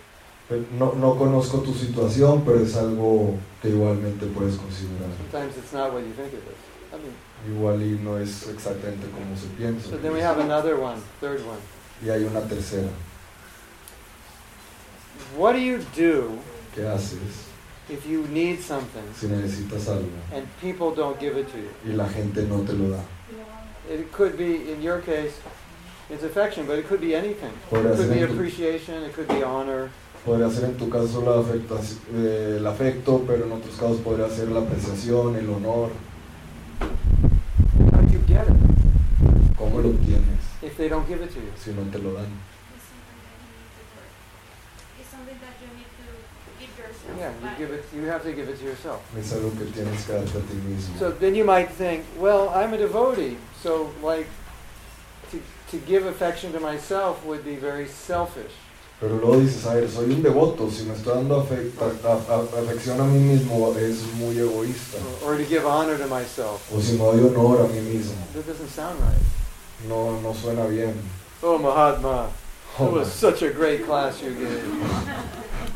[SPEAKER 2] Pero No, no conozco tu situación, pero es algo que igualmente puedes considerar.
[SPEAKER 1] Sometimes it's not what you think it is. I mean,
[SPEAKER 2] Igual y no es exactamente como se piensa.
[SPEAKER 1] so then we have another one, third one.
[SPEAKER 2] Y hay una tercera.
[SPEAKER 1] What do you do
[SPEAKER 2] ¿Qué haces
[SPEAKER 1] if you need something
[SPEAKER 2] si necesitas algo
[SPEAKER 1] and people don't give it to you?
[SPEAKER 2] y la gente no te lo da?
[SPEAKER 1] It could be, in your case, it's affection, but it could be anything.
[SPEAKER 2] Podría
[SPEAKER 1] It could
[SPEAKER 2] ser,
[SPEAKER 1] be
[SPEAKER 2] en tu,
[SPEAKER 1] appreciation, it could be honor.
[SPEAKER 2] podría ser en tu caso la afectaci- eh, el afecto, pero en otros casos podría ser la apreciación, el honor,
[SPEAKER 1] How do you get it
[SPEAKER 2] cómo lo obtienes
[SPEAKER 1] if they don't give it to you?
[SPEAKER 2] si no te lo dan.
[SPEAKER 5] It's something that you need to work. It's something that you need to give yourself.
[SPEAKER 1] Yeah, you
[SPEAKER 5] back.
[SPEAKER 1] give it. You have to give it to yourself.
[SPEAKER 2] Es algo que tienes que darte a ti mismo.
[SPEAKER 1] So then you might think, well, I'm a devotee, so like to, to give affection to myself would be very selfish.
[SPEAKER 2] Pero luego dices, a ver, soy un devoto, si me estoy dando afecta- a- a- afección a mí mismo es muy egoísta.
[SPEAKER 1] Or, or to give honor to myself.
[SPEAKER 2] O si no doy honor a mí mismo,
[SPEAKER 1] That doesn't sound right.
[SPEAKER 2] no, no suena bien. [LAUGHS]
[SPEAKER 1] Oh, Mahatma, it was such a great class you gave.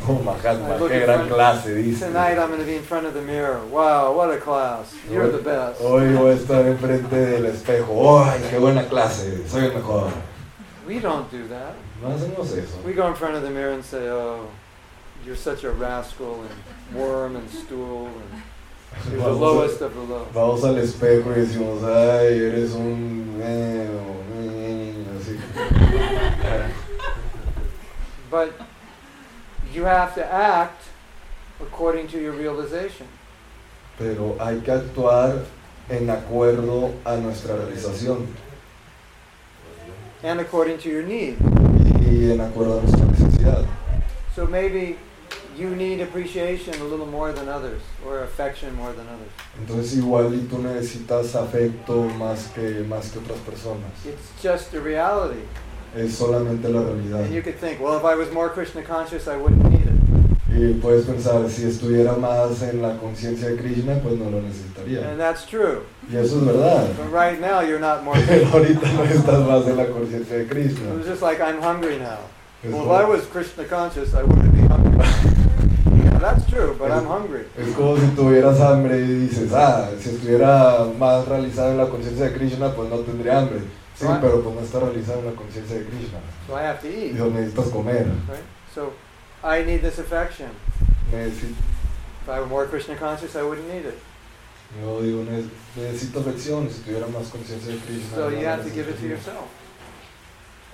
[SPEAKER 2] Oh, Mahatma, qué gran clase, dice.
[SPEAKER 1] Tonight I'm going to be in front of the mirror. Wow, what a class. You're the best.
[SPEAKER 2] Hoy voy a estar enfrente del espejo. ¡Ay, qué buena clase! Soy el mejor.
[SPEAKER 1] We don't do that.
[SPEAKER 2] No hacemos eso.
[SPEAKER 1] We go in front of the mirror and say, oh, you're such a rascal and worm and stool and you're the lowest of the low.
[SPEAKER 2] Vamos al espejo y decimos, ay, eres un... eh, o, eh, así.
[SPEAKER 1] But you have to act according to your realization.
[SPEAKER 2] Pero hay que actuar en acuerdo a nuestra realización
[SPEAKER 1] and according to your need.
[SPEAKER 2] y en acuerdo a nuestra necesidad.
[SPEAKER 1] So maybe you need appreciation a little more than others, or affection more than others.
[SPEAKER 2] Entonces igual y tú necesitas afecto más que, más que otras personas.
[SPEAKER 1] It's just a reality.
[SPEAKER 2] Es solamente la realidad.
[SPEAKER 1] And you could think, well, if I was more Krishna conscious, I wouldn't need it.
[SPEAKER 2] Y puedes pensar, si estuviera más en la conciencia de Krishna, pues no lo necesitaría.
[SPEAKER 1] And that's true.
[SPEAKER 2] Y eso es verdad.
[SPEAKER 1] But right now, you're not
[SPEAKER 2] [LAUGHS]
[SPEAKER 1] more
[SPEAKER 2] Pero
[SPEAKER 1] Krishna.
[SPEAKER 2] ahorita no estás más en la conciencia de
[SPEAKER 1] It was
[SPEAKER 2] Krishna.
[SPEAKER 1] just like, I'm hungry now.
[SPEAKER 2] Es
[SPEAKER 1] Well, if
[SPEAKER 2] como-
[SPEAKER 1] I was Krishna conscious, I wouldn't be hungry. That's true, but I'm hungry.
[SPEAKER 6] Es como si tuvieras hambre y dices, ah, si estuviera más realizado en la conciencia de Krishna, pues no tendría hambre. Sí,
[SPEAKER 1] Right.
[SPEAKER 6] pero pues no está realizado en la conciencia de Krishna.
[SPEAKER 1] So I have to eat.
[SPEAKER 6] Dijo, necesitas comer.
[SPEAKER 1] Right? So I need this affection.
[SPEAKER 6] Necesi-
[SPEAKER 1] If I were more Krishna conscious, I wouldn't need it.
[SPEAKER 6] yo digo, "Ne- necesito afección. Si tuviera más conciencia de Krishna.
[SPEAKER 1] So
[SPEAKER 6] no
[SPEAKER 1] you have to give it to
[SPEAKER 6] necesitaría".
[SPEAKER 1] yourself.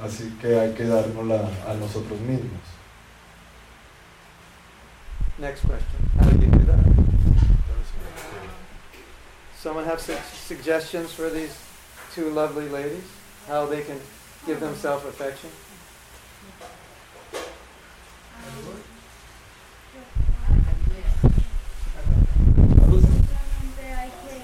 [SPEAKER 6] Así que hay que dárnosla a nosotros mismos.
[SPEAKER 1] Next question. How do you do that?
[SPEAKER 2] That's
[SPEAKER 1] Someone have su- suggestions for these two lovely ladies? How they can give themselves affection?
[SPEAKER 5] Solamente hay que,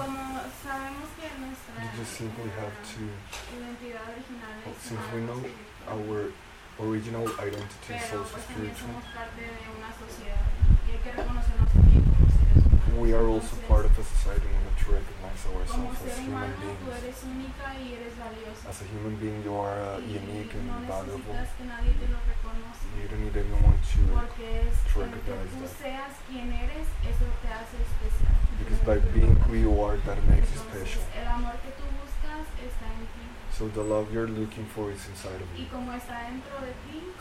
[SPEAKER 5] como sabemos que nuestra
[SPEAKER 2] You just simply have to
[SPEAKER 5] identidad original es
[SPEAKER 2] Since
[SPEAKER 5] humana,
[SPEAKER 2] we know
[SPEAKER 5] espiritual,
[SPEAKER 2] our original identity is
[SPEAKER 5] pero
[SPEAKER 2] also
[SPEAKER 5] pues también
[SPEAKER 2] spiritual.
[SPEAKER 5] somos parte de una sociedad y hay que reconocernos también como seres humanos.
[SPEAKER 2] We are also
[SPEAKER 5] Entonces,
[SPEAKER 2] part of a society and we have to recognize
[SPEAKER 5] Como
[SPEAKER 2] ourselves as
[SPEAKER 5] ser
[SPEAKER 2] human
[SPEAKER 5] humano, tú
[SPEAKER 2] beings.
[SPEAKER 5] eres única y eres valiosa.
[SPEAKER 2] As a human being, you are uh,
[SPEAKER 5] y
[SPEAKER 2] unique
[SPEAKER 5] no
[SPEAKER 2] and valuable.
[SPEAKER 5] necesitas que nadie te lo reconozca.
[SPEAKER 2] You don't need anyone to,
[SPEAKER 5] Porque es
[SPEAKER 2] to
[SPEAKER 5] el que
[SPEAKER 2] recognize
[SPEAKER 5] tú
[SPEAKER 2] that.
[SPEAKER 5] seas quien eres, eso te hace especial.
[SPEAKER 2] because by being who you are, that makes you
[SPEAKER 5] Entonces,
[SPEAKER 2] special.
[SPEAKER 5] el amor que tú buscas está en ti.
[SPEAKER 2] So the love you're looking for is inside of
[SPEAKER 5] Y
[SPEAKER 2] you.
[SPEAKER 5] como está dentro de ti,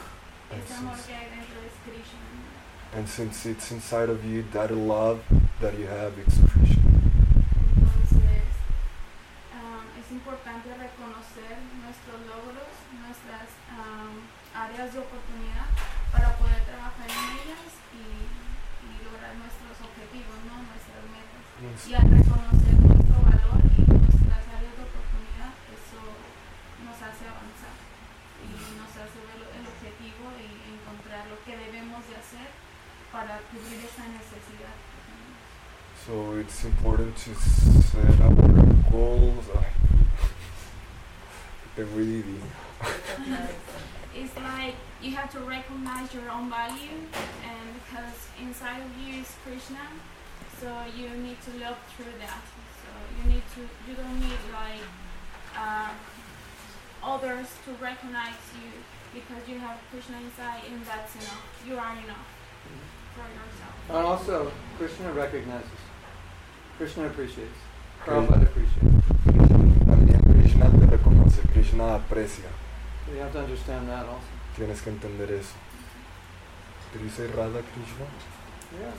[SPEAKER 2] And
[SPEAKER 5] ese amor
[SPEAKER 2] since-
[SPEAKER 5] que hay dentro es Krishna.
[SPEAKER 2] And since it's inside of you, that love that you have is Krishna.
[SPEAKER 5] Entonces, ah, es importante reconocer nuestros logros, nuestras ah, áreas de oportunidad para poder trabajar en ellas y, y lograr nuestros objetivos, ¿no? nuestras metas.
[SPEAKER 2] Yes.
[SPEAKER 5] Y al reconocer nuestro valor y nuestras áreas de oportunidad, eso nos hace avanzar y nos hace ver el objetivo y encontrar lo que debemos de hacer para cubrir esa necesidad. que tenemos.
[SPEAKER 2] So it's important to set our goals. and really,
[SPEAKER 5] It's like you have to recognize your own value and because inside of you is Krishna, so you need to love through that. So you need to you don't need like uh, others to recognize you because you have Krishna inside and that's enough. You are enough for yourself.
[SPEAKER 1] And also, Krishna recognizes. Krishna appreciates. Prabhupada appreciates.
[SPEAKER 2] también Krishna te reconoce, Krishna aprecia.
[SPEAKER 1] So you have to understand that also.
[SPEAKER 2] Tienes que entender eso. Te dice Radha Krishna,
[SPEAKER 1] Yeah.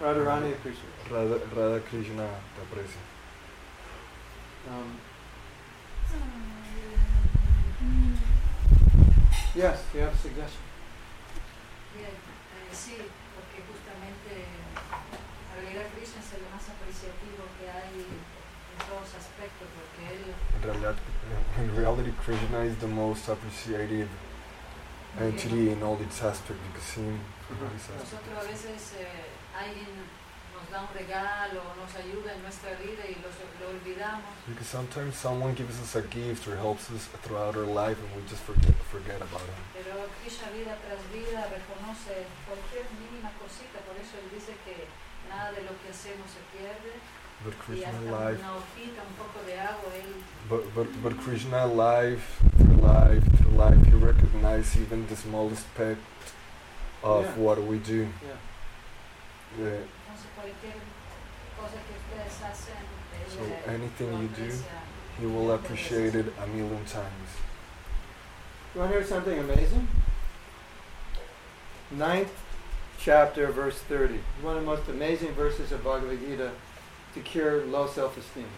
[SPEAKER 1] Radharani appreciates.
[SPEAKER 2] Radha, Radha Krishna te aprecia.
[SPEAKER 1] Um,
[SPEAKER 7] Ah,
[SPEAKER 5] Mm.
[SPEAKER 1] yes, you have a suggestion.
[SPEAKER 7] Bien, eh, sí, porque justamente al ver a Krishna es el más apreciativo que hay en todos aspectos, porque él
[SPEAKER 2] In reality, in reality, Krishna is the most appreciated entity in all its aspects because him. his aspect.
[SPEAKER 7] Nosotros a veces eh, alguien nos da un regalo, nos ayuda en nuestra vida y los- lo olvidamos.
[SPEAKER 2] Because sometimes someone gives us a gift or helps us throughout our life and we just forget, forget about him.
[SPEAKER 7] Pero Krishna vida tras vida reconoce cualquier mínima cosita, por eso él dice que nada de lo que hacemos se pierde
[SPEAKER 2] But
[SPEAKER 7] y
[SPEAKER 2] Krishna
[SPEAKER 7] hasta
[SPEAKER 2] life,
[SPEAKER 7] una hojita, un poco de agua, él
[SPEAKER 2] but, but, but Krishna life through life through life, he recognizes even the smallest aspect of
[SPEAKER 1] Yeah.
[SPEAKER 2] what we do.
[SPEAKER 1] Yeah.
[SPEAKER 2] Yeah.
[SPEAKER 7] Entonces cualquier cosa que ustedes hacen, él,
[SPEAKER 2] So
[SPEAKER 7] eh,
[SPEAKER 2] anything
[SPEAKER 7] lo
[SPEAKER 2] you do,
[SPEAKER 7] aprecia.
[SPEAKER 2] He will appreciate it a million times.
[SPEAKER 1] You want to hear something amazing? Ninth chapter, verse 30. One of the most amazing verses of Bhagavad Gita to cure low self esteem.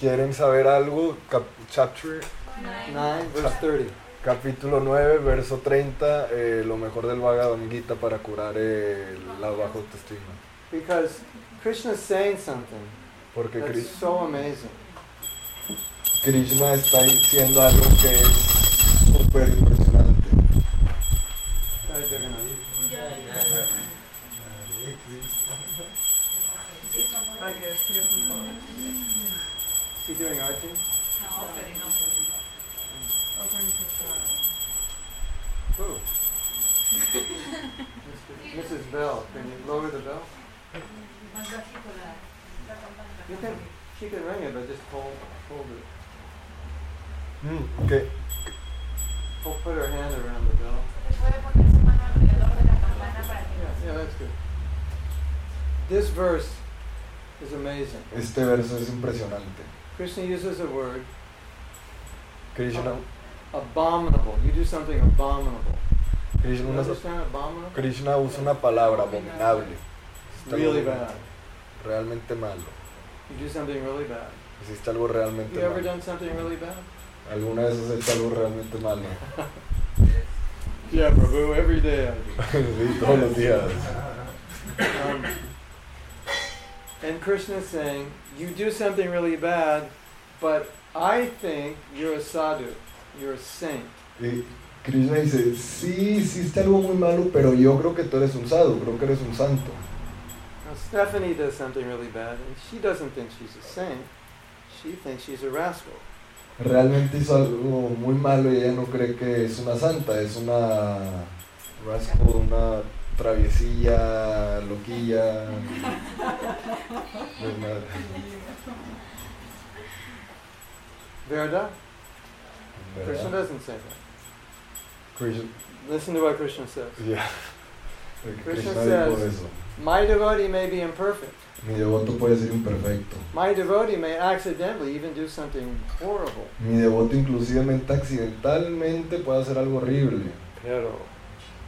[SPEAKER 2] ¿Quieren saber algo? Cap- chapter
[SPEAKER 5] Nine.
[SPEAKER 1] 9, verse 30.
[SPEAKER 2] Capítulo 9, verso 30, eh, lo mejor del Bhagavad Gita para curar eh, la baja autoestima.
[SPEAKER 1] Because Krishna's saying something
[SPEAKER 2] Porque
[SPEAKER 1] that's
[SPEAKER 2] Kri-
[SPEAKER 1] so amazing.
[SPEAKER 2] Krishna está diciendo algo que es súper impresionante.
[SPEAKER 1] Guys, they're gonna leave.
[SPEAKER 3] Para que despierten todos.
[SPEAKER 1] Is he doing our thing?
[SPEAKER 7] No, pero no se olvida.
[SPEAKER 3] Offering to
[SPEAKER 1] Who? Mr. Mrs. Bell, can you lower the bell?
[SPEAKER 7] Más bajito la, la campana.
[SPEAKER 1] You can, she can ring it, but just hold, hold it.
[SPEAKER 2] Mm, que
[SPEAKER 1] Mm. Hold, put her hand around the bell.
[SPEAKER 7] Se puede poner su mano alrededor
[SPEAKER 1] Yeah, yeah, that's good. This verse is amazing.
[SPEAKER 2] Este verso es impresionante.
[SPEAKER 1] Krishna uses a word,
[SPEAKER 4] Krishna,
[SPEAKER 1] abominable. You do something abominable. You
[SPEAKER 4] Krishna, una-
[SPEAKER 1] understand abominable?
[SPEAKER 4] Krishna usa una palabra abominable. Está
[SPEAKER 1] Really
[SPEAKER 4] bien.
[SPEAKER 1] bad.
[SPEAKER 4] Realmente malo.
[SPEAKER 1] You do something really bad.
[SPEAKER 4] Hiciste algo
[SPEAKER 1] You
[SPEAKER 4] realmente
[SPEAKER 1] ever
[SPEAKER 4] malo.
[SPEAKER 1] done something really bad?
[SPEAKER 2] Alguna vez has hecho algo realmente malo. [LAUGHS]
[SPEAKER 1] Yeah, Prabhu, every day I do.
[SPEAKER 2] Sí, todos los días.
[SPEAKER 1] Um, and Krishna is saying, you do something really bad, but I think you're a sadhu, you're a saint.
[SPEAKER 2] Y Krishna dice, sí, hiciste algo muy malo, pero yo creo que tú eres un sadhu, creo que eres un santo.
[SPEAKER 1] Now Stephanie does something really bad, and she doesn't think she's a saint. She thinks she's a rascal.
[SPEAKER 2] Realmente hizo algo muy malo y ella no cree que es una santa, es una rascal, una traviesilla, loquilla. Desmadre.
[SPEAKER 1] Verda, Krishna
[SPEAKER 2] ¿Verdad?
[SPEAKER 1] doesn't say that.
[SPEAKER 2] Krishna,
[SPEAKER 1] Listen to what Krishna says.
[SPEAKER 2] yeah. Krishna
[SPEAKER 1] Krishna
[SPEAKER 2] dijo
[SPEAKER 1] says-
[SPEAKER 2] eso.
[SPEAKER 1] My devotee may be imperfect.
[SPEAKER 2] Mi devoto puede ser imperfecto.
[SPEAKER 1] My devotee may accidentally even do something horrible.
[SPEAKER 2] Mi devoto inclusivemente accidentalmente puede hacer algo horrible.
[SPEAKER 1] Pero,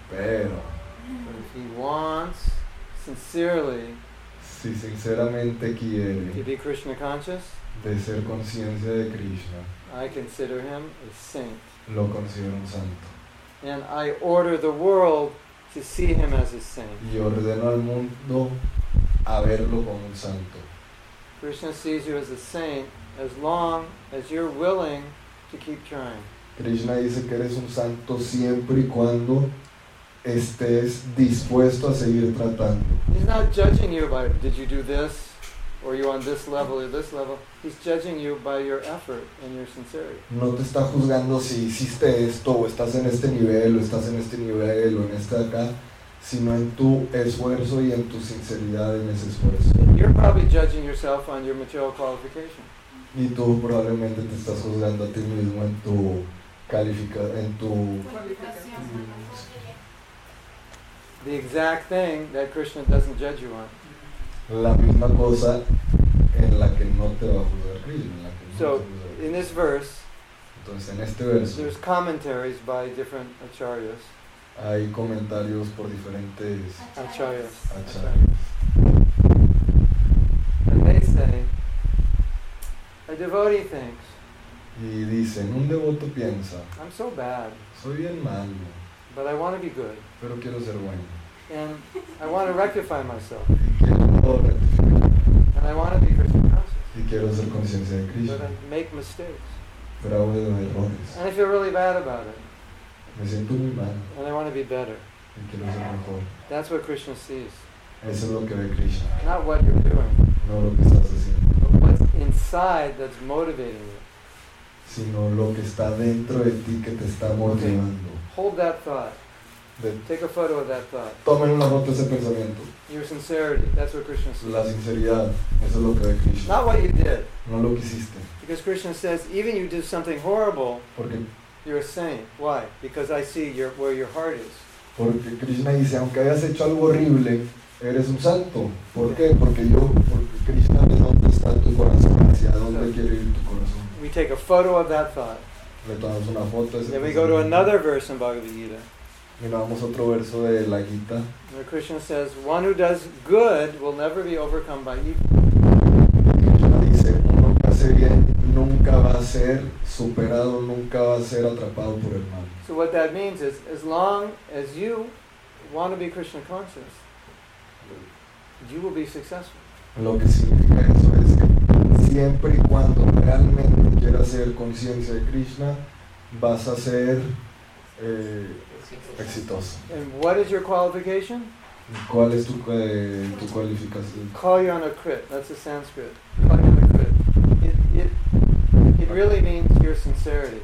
[SPEAKER 2] Pero
[SPEAKER 1] but if he wants sincerely
[SPEAKER 2] si sinceramente
[SPEAKER 1] to
[SPEAKER 2] quiere
[SPEAKER 1] be Krishna conscious,
[SPEAKER 2] de ser conciencia de Krishna,
[SPEAKER 1] I consider him a saint.
[SPEAKER 2] lo considero un santo.
[SPEAKER 1] And I order the world to see him as a saint.
[SPEAKER 2] Y ordeno al mundo a verlo como un santo.
[SPEAKER 1] Krishna sees you as a saint as long as you're willing to keep trying.
[SPEAKER 2] Krishna dice que eres un santo siempre y cuando estés dispuesto a seguir tratando.
[SPEAKER 1] He's not judging you by, did you do this? Or you on this level or this level? He's judging you by your effort and your sincerity.
[SPEAKER 2] No te está juzgando si hiciste esto o estás en este nivel o estás en este nivel o en este de acá, sino en tu esfuerzo y en tu sinceridad en ese esfuerzo.
[SPEAKER 1] You're probably judging yourself on your material qualification.
[SPEAKER 2] Y tú probablemente te estás juzgando a ti mismo en tu califica en tu
[SPEAKER 1] The exact thing that Krishna doesn't judge you on.
[SPEAKER 3] [LAUGHS]
[SPEAKER 2] la misma cosa en la que no te va a juzgar Krishna, en la que no
[SPEAKER 1] So,
[SPEAKER 2] te va a juzgar.
[SPEAKER 1] In this verse,
[SPEAKER 2] Entonces en este verso
[SPEAKER 1] there's commentaries by different acharyas.
[SPEAKER 2] hay comentarios por diferentes
[SPEAKER 1] Acharyas.
[SPEAKER 2] acharyas.
[SPEAKER 1] And they say, a devotee thinks,
[SPEAKER 2] Y dicen, un devoto piensa,
[SPEAKER 1] I'm so bad,
[SPEAKER 2] soy bien malo,
[SPEAKER 1] but I want to be good.
[SPEAKER 2] pero quiero ser bueno.
[SPEAKER 1] And I want to rectify myself.
[SPEAKER 2] Y quiero, rectificar,
[SPEAKER 1] And I want to be Krishna conscious.
[SPEAKER 2] y quiero ser conciencia de
[SPEAKER 1] But
[SPEAKER 2] Krishna,
[SPEAKER 1] I make mistakes.
[SPEAKER 2] pero hago errores.
[SPEAKER 1] And I feel really bad about it.
[SPEAKER 2] Me siento muy mal
[SPEAKER 1] And I want to be better.
[SPEAKER 2] y quiero ser mejor.
[SPEAKER 1] That's what Krishna sees.
[SPEAKER 2] Eso es lo que ve Krishna,
[SPEAKER 1] Not what you're doing,
[SPEAKER 2] no lo que estás haciendo,
[SPEAKER 1] but what's inside that's motivating you.
[SPEAKER 2] sino lo que está dentro de ti que te está motivando.
[SPEAKER 1] Hold that thought.
[SPEAKER 2] De-
[SPEAKER 1] Take a photo of that thought.
[SPEAKER 2] tomen una foto de ese pensamiento.
[SPEAKER 1] Your sincerity. That's what Krishna
[SPEAKER 2] La
[SPEAKER 1] sees.
[SPEAKER 2] sinceridad, eso es lo que ve Krishna,
[SPEAKER 1] Not what you did.
[SPEAKER 2] no lo que hiciste.
[SPEAKER 1] Because Krishna says, even you do something horrible,
[SPEAKER 2] Porque,
[SPEAKER 1] You're a saint. Why? Because I see your, where your heart is.
[SPEAKER 2] porque Krishna dice, aunque hayas hecho algo horrible, eres un santo. ¿Por qué? Porque yo, porque Krishna ve dónde está tu corazón, hacia dónde quiere ir tu corazón.
[SPEAKER 1] We take a photo of that thought.
[SPEAKER 2] Le tomamos una foto de ese
[SPEAKER 1] Then we go to
[SPEAKER 2] pensamiento.
[SPEAKER 1] another verse in Bhagavad Gita
[SPEAKER 2] Miramos otro verso de la Gita,
[SPEAKER 1] where Krishna says, One who does good will never be overcome by evil.
[SPEAKER 2] Krishna dice, uno que hace bien nunca va a ser superado, nunca va a ser atrapado por el mal.
[SPEAKER 1] So what that means is, as long as you want to be Krishna conscious, you will be successful.
[SPEAKER 2] Lo que significa eso es que siempre y cuando realmente quieras ser conciencia de Krishna, vas a ser eh, exitoso.
[SPEAKER 1] And what is your qualification?
[SPEAKER 2] ¿Cuál es tu, eh, tu cualificación?
[SPEAKER 1] Kalyanakrit. That's a Sanskrit. Kalyanakrit. It, it, it really means your sincerity.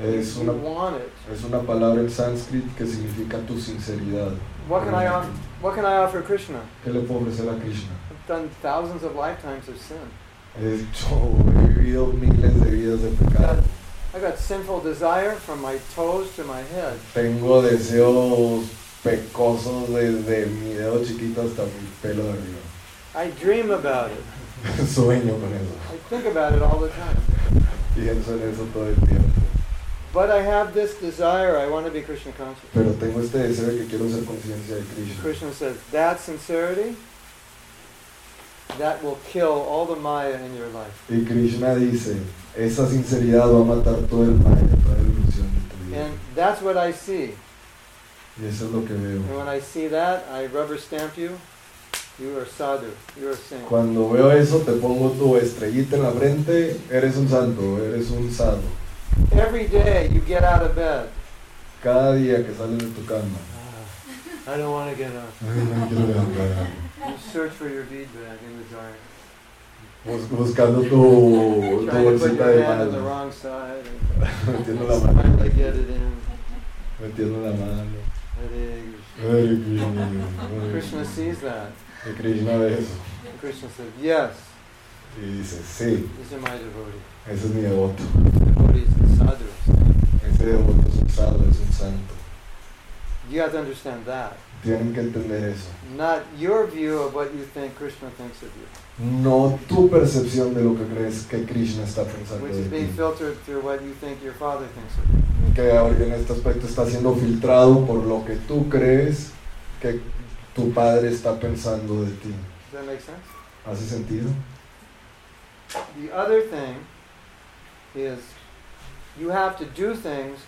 [SPEAKER 2] Es
[SPEAKER 1] you
[SPEAKER 2] una,
[SPEAKER 1] want it.
[SPEAKER 2] es una palabra en sánscrito que significa tu sinceridad. Eh,
[SPEAKER 1] What can I offer? What can I offer Krishna?
[SPEAKER 2] ¿Qué le puedo ofrecer a Krishna?
[SPEAKER 1] I've done thousands of lifetimes of sin.
[SPEAKER 2] He hecho- he vivido miles de vidas de pecado.
[SPEAKER 1] I got sinful desire from my toes to my head.
[SPEAKER 2] Tengo deseos pecoso desde mi dedo chiquito hasta mi pelo de arriba. [LAUGHS]
[SPEAKER 1] I dream about it.
[SPEAKER 2] Sueño con eso.
[SPEAKER 1] I think about it all the time.
[SPEAKER 2] Pienso en eso todo el tiempo.
[SPEAKER 1] But I have this desire, I want to be Krishna conscious.
[SPEAKER 2] Pero tengo este deseo de que quiero ser conciencia de Krishna.
[SPEAKER 1] Krishna says, that sincerity, that will kill all the Maya in your life.
[SPEAKER 2] Y Krishna dice, esa sinceridad va a matar todo el mal, toda la ilusión de tu vida.
[SPEAKER 1] And that's what I see.
[SPEAKER 2] Y eso es lo que
[SPEAKER 1] And
[SPEAKER 2] veo.
[SPEAKER 1] when I see that, I rubber stamp you. You are sadhu. You are saint.
[SPEAKER 2] Cuando veo eso, te pongo tu estrellita en la frente, eres un santo, eres un sano.
[SPEAKER 1] Every day you get out of bed.
[SPEAKER 2] Cada día que sales de tu cama,
[SPEAKER 1] Ah, I don't want to get up.
[SPEAKER 2] ay, no quiero levantar.
[SPEAKER 1] You search for your bead bag in the dark.
[SPEAKER 2] Bus- buscando tu, tu
[SPEAKER 1] Trying to put
[SPEAKER 2] bolsita
[SPEAKER 1] your
[SPEAKER 2] de
[SPEAKER 1] hand on the
[SPEAKER 2] mano,
[SPEAKER 1] wrong side.
[SPEAKER 2] metiendo la
[SPEAKER 1] And
[SPEAKER 2] mano,
[SPEAKER 1] finally get it in.
[SPEAKER 2] metiendo la mano.
[SPEAKER 1] Hare
[SPEAKER 2] Ay, Krishna,
[SPEAKER 1] Krishna.
[SPEAKER 2] ay,
[SPEAKER 1] Krishna sees that.
[SPEAKER 2] Y Krishna ve eso
[SPEAKER 1] And Krishna said, yes,
[SPEAKER 2] y dice, sí,
[SPEAKER 1] these are my devotees.
[SPEAKER 2] ese es mi devoto.
[SPEAKER 1] Devotees and sadhus.
[SPEAKER 2] Ese devoto es un sano, es un santo.
[SPEAKER 1] You have to understand that.
[SPEAKER 2] Tienen que entender eso.
[SPEAKER 1] Not your view of what you think Krishna thinks of you.
[SPEAKER 2] No tu percepción de lo que crees que Krishna está pensando
[SPEAKER 1] Which is
[SPEAKER 2] de
[SPEAKER 1] being
[SPEAKER 2] ti.
[SPEAKER 1] filtered through what you think your father thinks of you.
[SPEAKER 2] que ahora en este aspecto está siendo filtrado por lo que tú crees que tu padre está pensando de ti.
[SPEAKER 1] Does that make sense?
[SPEAKER 2] ¿Hace sentido?
[SPEAKER 1] The other thing is you have to do things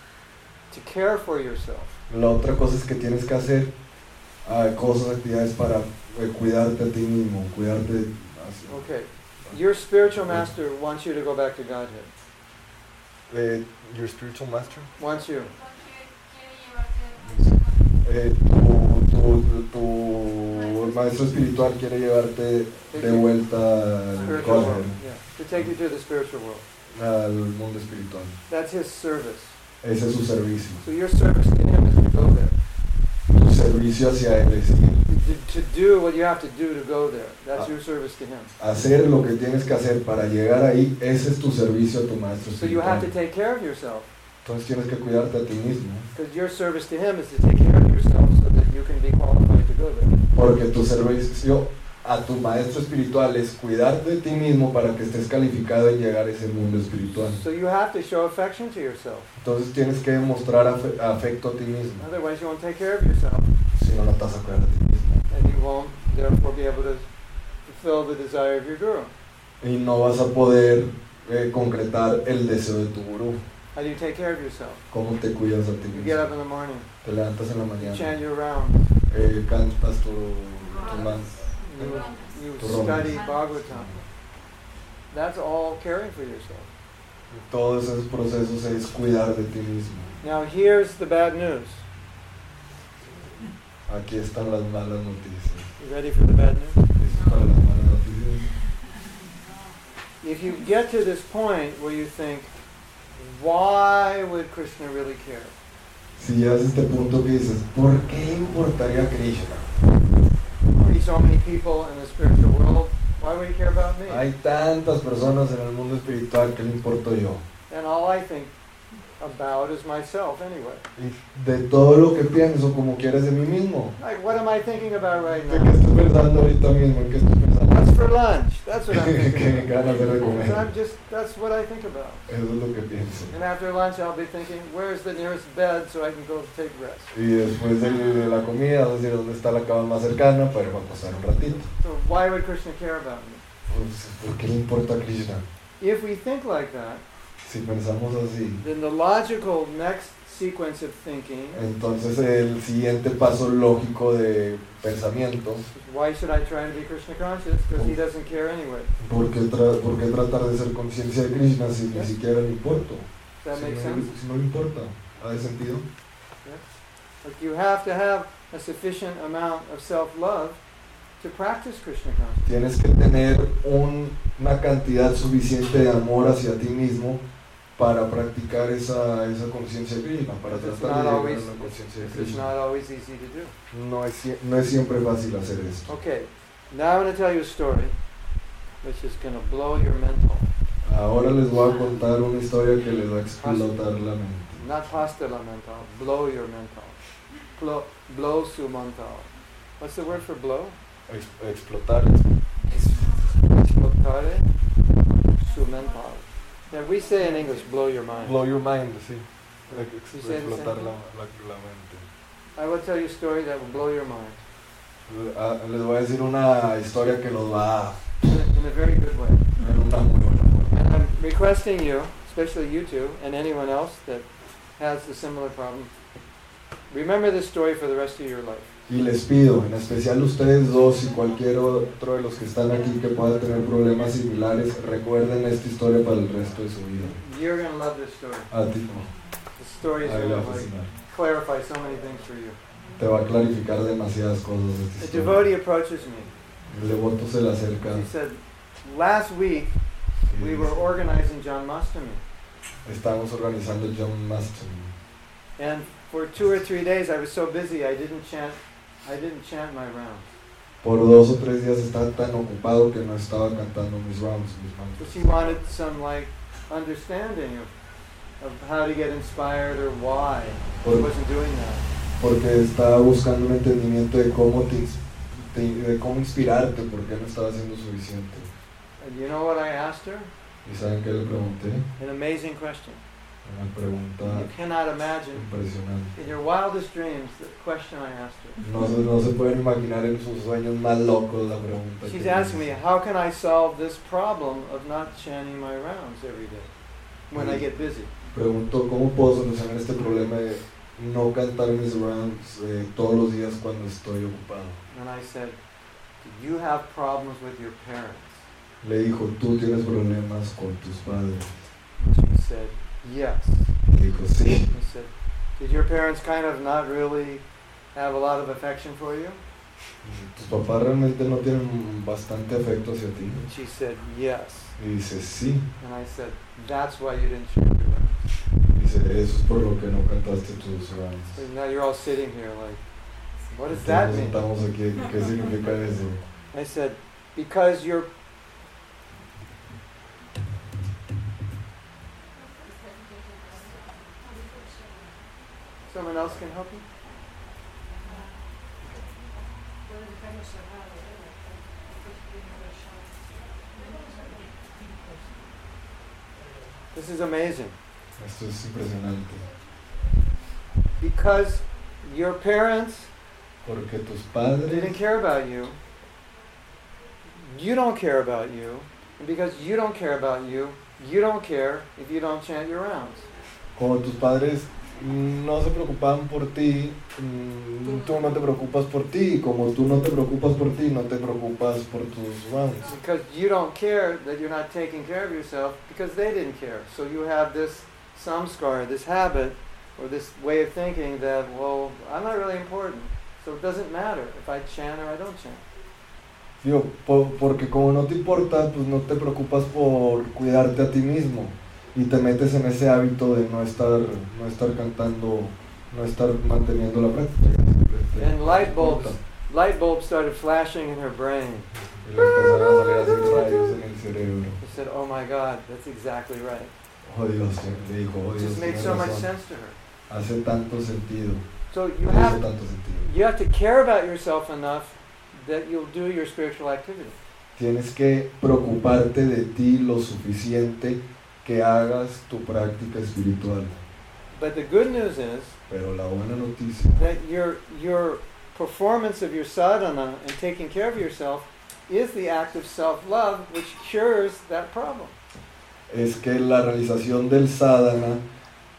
[SPEAKER 1] to care for yourself.
[SPEAKER 2] La otra cosa es que tienes que hacer ah, cosas, actividades para eh, cuidarte a ti mismo, cuidarte. así.
[SPEAKER 1] Okay. Your spiritual master wants you to go back to Godhead.
[SPEAKER 4] Eh, your spiritual master?
[SPEAKER 1] Wants you.
[SPEAKER 2] Eh, tu, tu- tu maestro espiritual quiere llevarte de vuelta al,
[SPEAKER 1] Spiritual world.
[SPEAKER 2] Godhead,
[SPEAKER 1] Yeah. To take you to the spiritual world.
[SPEAKER 2] al mundo espiritual.
[SPEAKER 1] That's his service.
[SPEAKER 2] Ese es su servicio.
[SPEAKER 1] So your service to him is to go there.
[SPEAKER 2] Tu servicio hacia él es ir.
[SPEAKER 1] To- To do what you have to do to go there. That's
[SPEAKER 2] Ah.
[SPEAKER 1] your service to him.
[SPEAKER 2] hacer lo que tienes que hacer para llegar ahí, ese es tu servicio a tu maestro.
[SPEAKER 1] So you have to
[SPEAKER 2] espiritual.
[SPEAKER 1] take care of yourself.
[SPEAKER 2] Entonces tienes que cuidarte a ti mismo,
[SPEAKER 1] Because your service to him is to take care of yourself so that you can be qualified to go there.
[SPEAKER 2] porque tu servicio a tu maestro espiritual es cuidarte de ti mismo para que estés calificado en llegar a ese mundo espiritual.
[SPEAKER 1] So you have to show affection to yourself.
[SPEAKER 2] Entonces tienes que demostrar afe- afecto a ti mismo,
[SPEAKER 1] Otherwise, you won't take care of yourself,
[SPEAKER 2] si no, no te vas a cuidar a ti mismo.
[SPEAKER 1] and you won't therefore be able to fulfill the desire of your guru.
[SPEAKER 2] Y no vas a poder eh, concretar el deseo de tu gurú.
[SPEAKER 1] How do you take care of yourself?
[SPEAKER 2] ¿Cómo te cuidas a ti
[SPEAKER 1] You get up
[SPEAKER 2] mismo?
[SPEAKER 1] in the morning,
[SPEAKER 2] Te levantas en la
[SPEAKER 1] you chant
[SPEAKER 2] mañana,
[SPEAKER 1] your rounds,
[SPEAKER 2] eh, cantas tu, tu man-
[SPEAKER 1] you, you
[SPEAKER 2] Rounds.
[SPEAKER 1] study Bhagavatam. That's all caring for yourself.
[SPEAKER 2] Todos esos procesos es cuidar de ti mismo.
[SPEAKER 1] Now, here's the bad news.
[SPEAKER 2] Aquí están las malas noticias.
[SPEAKER 1] You ready for the bad news?
[SPEAKER 2] Estas son las malas noticias.
[SPEAKER 1] If you get to this point where you think, why would Krishna really care?
[SPEAKER 2] Si llegas a este punto que dices, ¿por qué le importaría a Krishna?
[SPEAKER 1] There's so many people in the spiritual world. Why would he care about me?
[SPEAKER 2] Hay tantas personas en el mundo espiritual que le importo yo.
[SPEAKER 1] And all I think about is myself anyway.
[SPEAKER 2] Y de todo lo que pienso, como quieres de mí mismo.
[SPEAKER 1] Like, what am I thinking about right
[SPEAKER 2] ¿De qué
[SPEAKER 1] now?
[SPEAKER 2] estoy pensando ahorita mismo? ¿En qué estoy [LAUGHS]
[SPEAKER 1] What's
[SPEAKER 2] pensando?
[SPEAKER 1] for lunch? That's
[SPEAKER 2] [LAUGHS]
[SPEAKER 1] what I'm
[SPEAKER 2] ¿Qué
[SPEAKER 1] thinking
[SPEAKER 2] ganas de
[SPEAKER 1] about. So
[SPEAKER 2] comer?
[SPEAKER 1] I'm just, that's what I think about.
[SPEAKER 2] Eso es lo que pienso.
[SPEAKER 1] And after lunch, I'll be thinking, where's the nearest bed so I can go take rest?
[SPEAKER 2] Y después de de la comida, vas a decir, ¿dónde está la cama más cercana? Para pasar un ratito.
[SPEAKER 1] So why would Krishna care about me?
[SPEAKER 2] Pues, ¿Por qué le importa a Krishna?
[SPEAKER 1] If we think like that,
[SPEAKER 2] Si pensamos así,
[SPEAKER 1] then the logical next sequence of thinking is,
[SPEAKER 2] entonces el siguiente paso lógico de pensamiento,
[SPEAKER 1] why should I try and be Krishna conscious? Because he doesn't care anyway.
[SPEAKER 2] ¿por qué, tra- por qué tratar de ser conciencia de Krishna si ni siquiera le importo?
[SPEAKER 1] Does that
[SPEAKER 2] si,
[SPEAKER 1] make
[SPEAKER 2] no, le-
[SPEAKER 1] sense?
[SPEAKER 2] si no le importa, ¿hace sentido?
[SPEAKER 1] Like you have to have a sufficient amount of self-love to practice Krishna consciousness.
[SPEAKER 2] Tienes que tener un- una cantidad suficiente de amor hacia ti mismo para practicar esa, esa conciencia de Krishna, para
[SPEAKER 1] But it's
[SPEAKER 2] tratar
[SPEAKER 1] not
[SPEAKER 2] de llegar a
[SPEAKER 1] always
[SPEAKER 2] una conciencia de
[SPEAKER 1] it's
[SPEAKER 2] Krishna.
[SPEAKER 1] not always easy to do.
[SPEAKER 2] No es, sie- no es siempre fácil hacer esto.
[SPEAKER 1] Okay, now I'm going to tell you a story, which is going to blow your mental.
[SPEAKER 2] Ahora les voy a contar una historia que les va a explotar la mente.
[SPEAKER 1] Not hasta la mental, blow your mental. Plo, blow su mental. What's the word for blow?
[SPEAKER 4] Ex- explotar.
[SPEAKER 1] Explotare su mental. Yeah, we say in English, blow your mind.
[SPEAKER 4] Blow your mind, sí. Ex- ex-
[SPEAKER 1] You said the
[SPEAKER 4] explotar
[SPEAKER 1] same
[SPEAKER 4] la,
[SPEAKER 1] thing.
[SPEAKER 4] la, la mente.
[SPEAKER 1] I will tell you a story that will blow your mind
[SPEAKER 2] Ah, Les voy a decir una historia que los va a
[SPEAKER 1] in a, in a very good way.
[SPEAKER 2] dar una muy buena.
[SPEAKER 1] And I'm requesting you, especially you two, and anyone else that has a similar problem, remember this story for the rest of your life.
[SPEAKER 2] Y les pido, en especial ustedes dos y cualquier otro de los que están aquí que pueda tener problemas similares, recuerden esta historia para el resto de su vida.
[SPEAKER 1] You're going to love this story.
[SPEAKER 2] A ti, no,
[SPEAKER 1] The story is
[SPEAKER 2] a él
[SPEAKER 1] going
[SPEAKER 2] le va a
[SPEAKER 1] to like,
[SPEAKER 2] fascinar.
[SPEAKER 1] clarify so many things for you.
[SPEAKER 2] Te va a clarificar demasiadas cosas esta
[SPEAKER 1] A
[SPEAKER 2] historia.
[SPEAKER 1] devotee approaches me.
[SPEAKER 2] El devoto se le acerca
[SPEAKER 1] She said, Last week
[SPEAKER 2] y
[SPEAKER 1] we were organizing John Mastami,
[SPEAKER 2] estamos organizando John Maston.
[SPEAKER 1] and for two or three days I was so busy I didn't chant. I didn't chant my rounds.
[SPEAKER 2] Por dos o tres días estaba tan ocupado que no estaba cantando mis rounds, mis
[SPEAKER 1] But
[SPEAKER 2] mantras.
[SPEAKER 1] she wanted some like understanding of, of how to get inspired or why I
[SPEAKER 2] Por-
[SPEAKER 1] wasn't doing that.
[SPEAKER 2] porque estaba buscando un entendimiento de cómo, te ins- te- de cómo inspirarte, porque no estaba haciendo suficiente.
[SPEAKER 1] And you know what I asked her?
[SPEAKER 2] ¿Y saben qué le pregunté?
[SPEAKER 1] An amazing question.
[SPEAKER 2] Una pregunta
[SPEAKER 1] You cannot imagine
[SPEAKER 2] impresionante.
[SPEAKER 1] in your wildest dreams the question I asked her.
[SPEAKER 2] No, se- no se pueden imaginar en sus sueños más locos la pregunta. que
[SPEAKER 1] She's
[SPEAKER 2] le
[SPEAKER 1] asking me,
[SPEAKER 2] hice.
[SPEAKER 1] how can I solve this problem of not chanting my rounds every day when I get busy?
[SPEAKER 2] Preguntó, ¿cómo puedo solucionar este problema de no cantar mis rounds eh, todos los días cuando estoy ocupado?
[SPEAKER 1] And I said, Do you have problems with your parents?
[SPEAKER 2] Le dijo, tú tienes problemas con tus padres.
[SPEAKER 1] And she said, Yes.
[SPEAKER 2] Le dijo, sí.
[SPEAKER 1] I said, Did your parents kind of not really have a lot of affection for you?
[SPEAKER 2] Tus papás realmente no tienen bastante afecto hacia ti.
[SPEAKER 1] And she said, Yes.
[SPEAKER 2] Y dice, sí.
[SPEAKER 1] And I said, That's why you didn't chant your rounds.
[SPEAKER 2] Dice, eso es por lo que no cantaste tus rounds.
[SPEAKER 1] So now you're all sitting here like, What does
[SPEAKER 2] Entonces
[SPEAKER 1] that
[SPEAKER 2] nos
[SPEAKER 1] mean?
[SPEAKER 2] sentamos aquí, ¿qué significa eso?
[SPEAKER 1] I said, Because your Someone else can help you? This is amazing.
[SPEAKER 2] Esto es impresionante.
[SPEAKER 1] Because your parents
[SPEAKER 2] Porque tus
[SPEAKER 1] didn't
[SPEAKER 2] padres
[SPEAKER 1] care about you, you don't care about you, and because you don't care about you, you don't care if you don't chant your rounds.
[SPEAKER 2] como tus padres no se preocupaban por ti, mm, tú no te preocupas por ti, como tú no te preocupas por ti, no te preocupas por tus rounds.
[SPEAKER 1] Because you don't care that you're not taking care of yourself because they didn't care. So you have this samskar, this habit, or this way of thinking that, well, I'm not really important. So it doesn't matter if I chant or I don't chant.
[SPEAKER 2] Digo, po- porque como no te importa, pues no te preocupas por cuidarte a ti mismo y te metes en ese hábito de no estar, no estar cantando, no estar manteniendo la práctica. Simplemente
[SPEAKER 1] And light
[SPEAKER 2] te
[SPEAKER 1] bulbs.
[SPEAKER 2] importa.
[SPEAKER 1] Light bulbs started flashing in her brain.
[SPEAKER 2] Y le empezaron a salir así rayos en el cerebro.
[SPEAKER 1] I said, oh my God, that's exactly right.
[SPEAKER 2] Oh Dios, le dijo, oh
[SPEAKER 1] It
[SPEAKER 2] Dios,
[SPEAKER 1] just made
[SPEAKER 2] tienes
[SPEAKER 1] so much
[SPEAKER 2] razón.
[SPEAKER 1] sense to her.
[SPEAKER 2] hace tanto sentido,
[SPEAKER 1] So you
[SPEAKER 2] hace
[SPEAKER 1] have
[SPEAKER 2] tanto sentido.
[SPEAKER 1] you have to care about yourself enough that you'll do your spiritual activity.
[SPEAKER 2] Tienes que preocuparte de ti lo suficiente que hagas tu práctica espiritual.
[SPEAKER 1] But the good news is
[SPEAKER 2] Pero la buena noticia
[SPEAKER 1] that your your performance of your sadhana and taking care of yourself is the act of self-love which cures that problem.
[SPEAKER 2] es que la realización del sadhana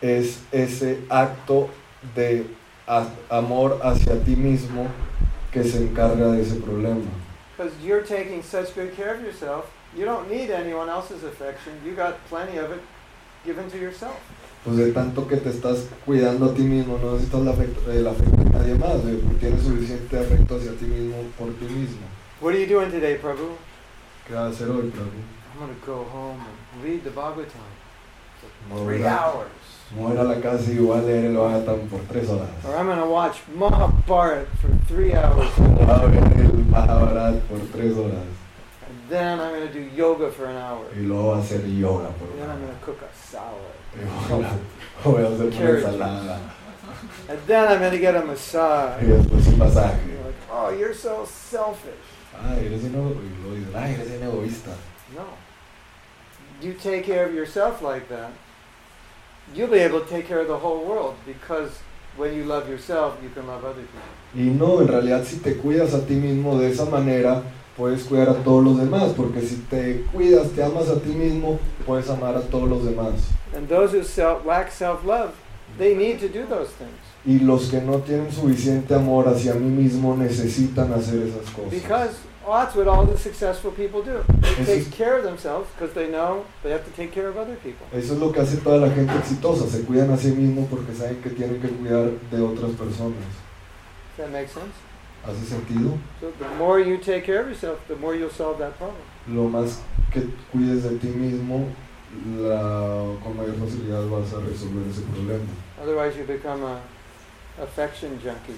[SPEAKER 2] es ese acto de a- amor hacia ti mismo que se encarga de ese problema.
[SPEAKER 1] Because you're taking such good care of yourself, you don't need anyone else's affection. You got plenty of it given to yourself.
[SPEAKER 2] Pues de tanto que te estás cuidando a ti mismo, no necesitas la afect- el afecto de nadie más, de- tienes suficiente afecto hacia ti mismo por ti mismo.
[SPEAKER 1] What are you doing today, Prabhu?
[SPEAKER 2] ¿Qué vas a hacer hoy, Prabhu?
[SPEAKER 1] I'm gonna go home and read the Bhagavatam.
[SPEAKER 2] Me
[SPEAKER 1] for
[SPEAKER 2] voy a
[SPEAKER 1] Three
[SPEAKER 2] ir a-
[SPEAKER 1] hours.
[SPEAKER 2] Pues me voy a ir a la casa y voy a leer el Bhagavatam por tres horas.
[SPEAKER 1] Or I'm gonna watch Mahabharata for three hours.
[SPEAKER 2] Voy a ver el Mahabharata por tres horas.
[SPEAKER 1] And then I'm gonna do yoga for an hour.
[SPEAKER 2] Y luego voy a hacer yoga por
[SPEAKER 1] And
[SPEAKER 2] [LAUGHS] una
[SPEAKER 1] then I'm
[SPEAKER 2] hora.
[SPEAKER 1] gonna cook a salad.
[SPEAKER 2] Voy a hacer una ensalada.
[SPEAKER 1] And then I'm going to get a massage.
[SPEAKER 2] Y después un
[SPEAKER 1] And
[SPEAKER 2] masaje.
[SPEAKER 1] you're like, oh, you're so selfish.
[SPEAKER 2] Ay, eres un egoísta. Y luego dicen, ay, eres un egoísta.
[SPEAKER 1] No. You take care of yourself like that, you'll be able to take care of the whole world because when you love yourself, you can love other people.
[SPEAKER 2] Y no, en realidad si te cuidas a ti mismo de esa manera, puedes cuidar a todos los demás, porque si te cuidas, te amas a ti mismo, puedes amar a todos los demás.
[SPEAKER 1] And those who self, lack self love, they need to do those things
[SPEAKER 2] Y los que no tienen suficiente amor hacia mí mismo necesitan hacer esas cosas.
[SPEAKER 1] because well, that's what all the successful people do. They
[SPEAKER 2] Eso
[SPEAKER 1] take
[SPEAKER 2] es,
[SPEAKER 1] care of themselves because they know they have to take care of other people.
[SPEAKER 2] eso es lo que hace toda la gente exitosa, se cuidan a sí mismos porque saben que tienen que cuidar de otras personas.
[SPEAKER 1] Does that make sense?
[SPEAKER 2] ¿Hace sentido?
[SPEAKER 1] So the more you take care of yourself, the more you'll solve that problem.
[SPEAKER 2] Lo más que cuides de ti mismo, la- con mayor facilidad vas a resolver ese problema.
[SPEAKER 1] Otherwise, you become a affection junkie,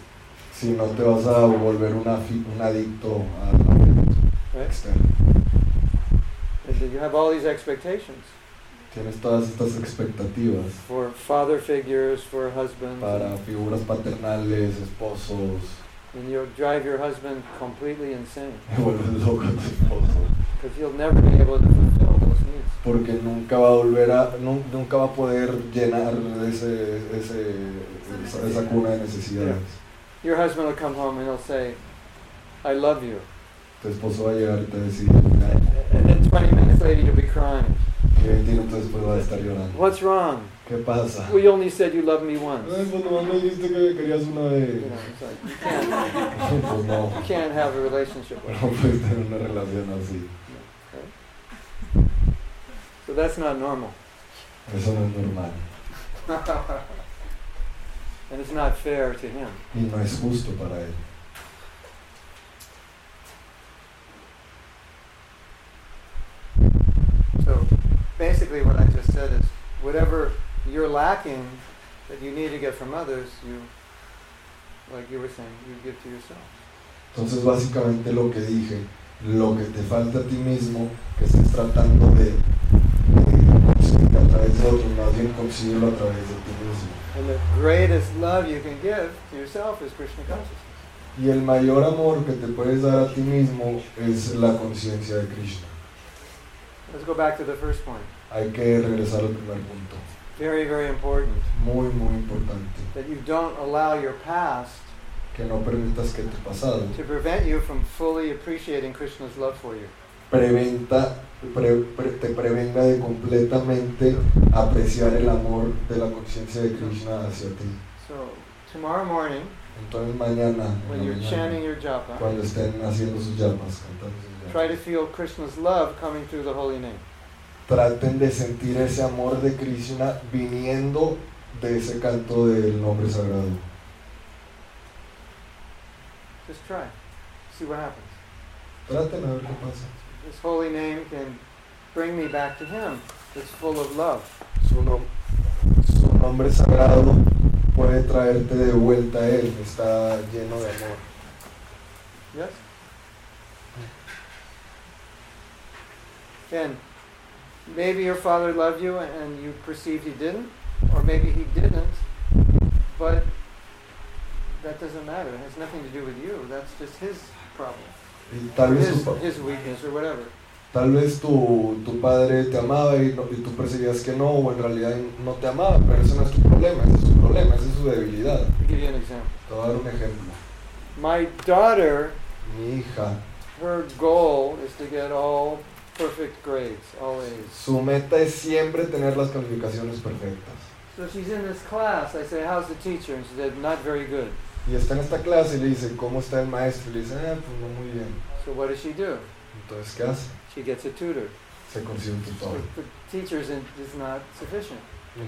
[SPEAKER 2] Si no te vas a volver un afi- un adicto a la
[SPEAKER 1] right?
[SPEAKER 2] externa.
[SPEAKER 1] Is that you have all these expectations
[SPEAKER 2] Tienes todas estas expectativas
[SPEAKER 1] for father figures, for husbands,
[SPEAKER 2] para figuras paternales, esposos,
[SPEAKER 1] and you'll drive your husband completely insane
[SPEAKER 2] te vuelves loco a tu esposo.
[SPEAKER 1] because he'll never be able to fulfill those needs.
[SPEAKER 2] Porque nunca va a volver a, nu- nunca va a poder llenar ese, ese, esa, esa cuna de necesidades.
[SPEAKER 1] Your husband will come home and he'll say, "I love you,"
[SPEAKER 2] Tu esposo va a llegar y te va a decir, "Ay,
[SPEAKER 1] and then 20 minutes later you'll be crying.
[SPEAKER 2] Y 20 minutos después va a estar llorando.
[SPEAKER 1] What's wrong?
[SPEAKER 2] ¿Qué pasa?
[SPEAKER 1] Well, you only said you loved me once.
[SPEAKER 2] Ay, pues nomás me dijiste que me querías una
[SPEAKER 1] You
[SPEAKER 2] vez.
[SPEAKER 1] know, it's like you can't,
[SPEAKER 2] [LAUGHS] pues no.
[SPEAKER 1] you can't have a relationship with.
[SPEAKER 2] No puedes tener una relación así.
[SPEAKER 1] So that's not normal,
[SPEAKER 2] Eso no es normal.
[SPEAKER 1] and it's not fair to him.
[SPEAKER 2] Y no es justo para él.
[SPEAKER 1] So basically, what I just said is whatever you're lacking that you need to get from others, you, like you were saying, you give to yourself.
[SPEAKER 2] Entonces básicamente lo que dije, lo que te falta a ti mismo, que estés tratando de, de conseguir a través de otro, más bien conseguirlo a través de ti mismo.
[SPEAKER 1] And the greatest love you can give to yourself is Krishna consciousness.
[SPEAKER 2] Y el mayor amor que te puedes dar a ti mismo es la conciencia de Krishna.
[SPEAKER 1] Let's go back to the first point.
[SPEAKER 2] Hay que regresar al primer punto.
[SPEAKER 1] Very, very important
[SPEAKER 2] Muy, muy importante.
[SPEAKER 1] that you don't allow your past
[SPEAKER 2] Que no permitas que tu pasado
[SPEAKER 1] to prevent you from fully appreciating Krishna's love for you.
[SPEAKER 2] preventa, pre- pre- te prevenga de completamente apreciar el amor de la conciencia de Krishna hacia ti.
[SPEAKER 1] So tomorrow morning,
[SPEAKER 2] Entonces mañana,
[SPEAKER 1] when
[SPEAKER 2] en la
[SPEAKER 1] you're chanting
[SPEAKER 2] mañana
[SPEAKER 1] your japa,
[SPEAKER 2] cuando estén haciendo sus llamas, cantando sus
[SPEAKER 1] try to
[SPEAKER 2] llamas,
[SPEAKER 1] feel Krishna's love coming through the holy name.
[SPEAKER 2] traten de sentir ese amor de Krishna viniendo de ese canto del nombre sagrado.
[SPEAKER 1] Just try. See what happens.
[SPEAKER 2] Traten a ver qué pasa.
[SPEAKER 1] His holy name can bring me back to Him. It's full of love.
[SPEAKER 2] Su, nom- su nombre sagrado puede traerte de vuelta a él, está lleno de amor.
[SPEAKER 1] Yes? And maybe your father loved you and you perceived he didn't, or maybe he didn't, but that doesn't matter. It has nothing to do with you. That's just his problem.
[SPEAKER 2] Y tal vez su
[SPEAKER 1] His,
[SPEAKER 2] papá.
[SPEAKER 1] his weakness or whatever.
[SPEAKER 2] Tal vez tu, tu padre te amaba y, no- y tú percibías que no, o en realidad no te amaba, pero ese no es tu problema, ese es su problema, esa es su debilidad.
[SPEAKER 1] To give you an example.
[SPEAKER 2] Te voy a dar un ejemplo.
[SPEAKER 1] My daughter,
[SPEAKER 2] Mi hija,
[SPEAKER 1] her goal is to get all perfect grades, all A's.
[SPEAKER 2] su meta es siempre tener las calificaciones perfectas.
[SPEAKER 1] So she's in this class. I say, "How's the teacher?" And she said, "Not very good."
[SPEAKER 2] Y está en esta clase y le dice, ¿cómo está el maestro? Y le dice, ah, pues no muy bien.
[SPEAKER 1] So what does she do?
[SPEAKER 2] Entonces, ¿qué hace?
[SPEAKER 1] She gets a tutor.
[SPEAKER 2] Se consigue un
[SPEAKER 1] So
[SPEAKER 2] tutor.
[SPEAKER 1] the teacher isn't, is not sufficient.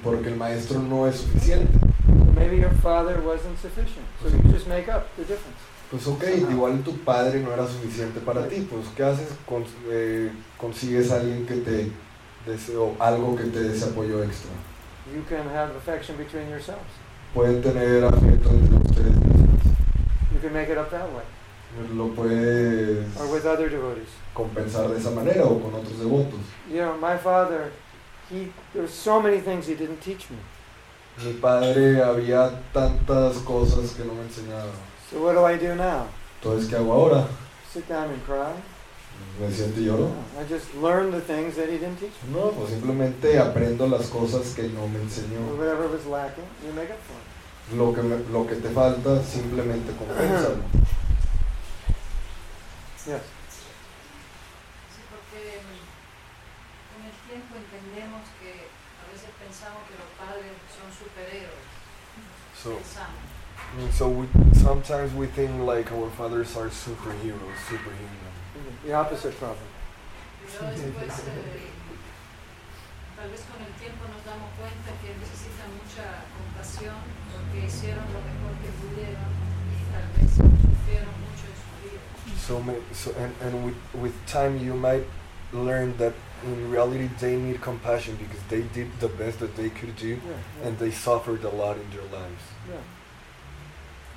[SPEAKER 2] Porque el maestro no es suficiente.
[SPEAKER 1] So maybe your father wasn't sufficient. So you just make up the difference.
[SPEAKER 2] Pues ok, igual tu padre no era suficiente para ti, pues ¿qué haces? Con- eh, consigues a alguien que te deseo algo que te dé ese apoyo extra.
[SPEAKER 1] You can have affection between yourselves.
[SPEAKER 2] Pueden tener afecto entre ustedes mismos.
[SPEAKER 1] You can make it up that way,
[SPEAKER 2] Lo puedes
[SPEAKER 1] or with other devotees.
[SPEAKER 2] compensar de esa manera o con otros devotos.
[SPEAKER 1] You know, my father, he there were so many things he didn't teach me.
[SPEAKER 2] Mi padre había tantas cosas que no me enseñaba.
[SPEAKER 1] So what do I do now?
[SPEAKER 2] Entonces, ¿qué hago ahora?
[SPEAKER 1] Sit down and cry?
[SPEAKER 2] ¿Me siento y lloro?
[SPEAKER 1] No, I just learn the things that he didn't teach me.
[SPEAKER 2] No, pues simplemente aprendo las cosas que no me
[SPEAKER 1] Or
[SPEAKER 2] enseñó.
[SPEAKER 1] whatever was lacking, you make up for it.
[SPEAKER 2] Lo que, me- lo que te falta, simplemente compensalo.
[SPEAKER 1] Yes.
[SPEAKER 5] Sí, porque mm, con el tiempo entendemos que a veces pensamos que los padres son superhéroes.
[SPEAKER 4] So
[SPEAKER 5] Pensamos.
[SPEAKER 4] and so we sometimes we think like our fathers are superheroes, superhuman.
[SPEAKER 1] Mm-hmm. The opposite problem.
[SPEAKER 5] Pero después, eh, tal vez con el tiempo nos damos cuenta que necesitan mucha compasión porque hicieron lo mejor que pudieron y tal vez sufrieron mucho en su vida.
[SPEAKER 4] So, ma- so and, and with, with time you might learn that in reality they need compassion because they did the best that they could do
[SPEAKER 1] Yeah, yeah,
[SPEAKER 4] and they suffered a lot in their lives.
[SPEAKER 1] yeah.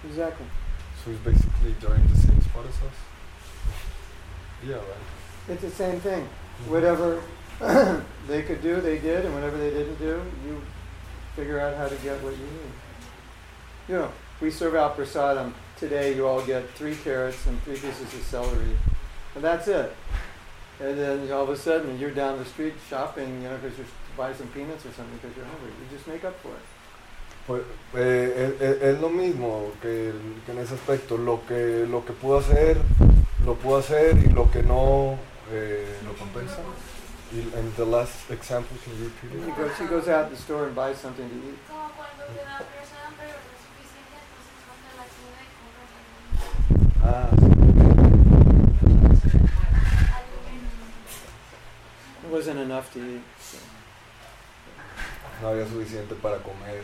[SPEAKER 1] Exactly.
[SPEAKER 4] So it's basically they're in the same spot as us. Yeah, right.
[SPEAKER 1] It's the same thing. Whatever [CLEARS THROAT] they could do, they did, and whatever they didn't do, you figure out how to get what you need. You know, we serve out prasadam. Today, you all get three carrots and three pieces of celery, and that's it. And then all of a sudden, you're down the street shopping, you know, because you're to buy some peanuts or something because you're hungry. You just make up for it.
[SPEAKER 4] Pues eh, es, es- es lo mismo que, que en ese aspecto. Lo que lo que pudo hacer, lo pudo hacer y lo que no eh, lo compensa. Y, and the last example, can you repeat
[SPEAKER 1] She
[SPEAKER 4] it?
[SPEAKER 1] goes, she goes out in the store and buys something to eat.
[SPEAKER 8] Como cuando te da presa hambre o no es suficiente, entonces vas a la tienda y compras
[SPEAKER 4] Ah,
[SPEAKER 8] algo que no-
[SPEAKER 1] It wasn't enough to eat. so.
[SPEAKER 4] no había suficiente para comer.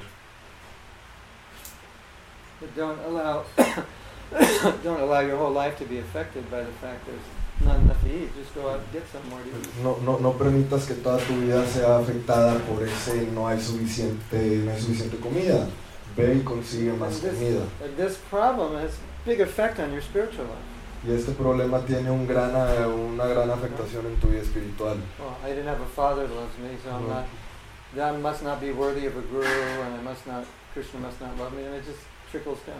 [SPEAKER 1] But don't allow, [COUGHS] don't allow your whole life to be affected by the fact there's not enough to eat. Just go out and get some more to eat.
[SPEAKER 2] No, no, no permitas que toda tu vida sea afectada por ese no hay suficiente, no hay suficiente comida. Ve y consigue más comida.
[SPEAKER 1] And this problem has big effect on your spiritual life.
[SPEAKER 2] Y este problema tiene un gran, eh, una gran afectación en tu vida espiritual.
[SPEAKER 1] Well, I didn't have a father that loves me, so I'm not. That must not be worthy of a guru, and I must not. Krishna must not love me, and it just trickles down.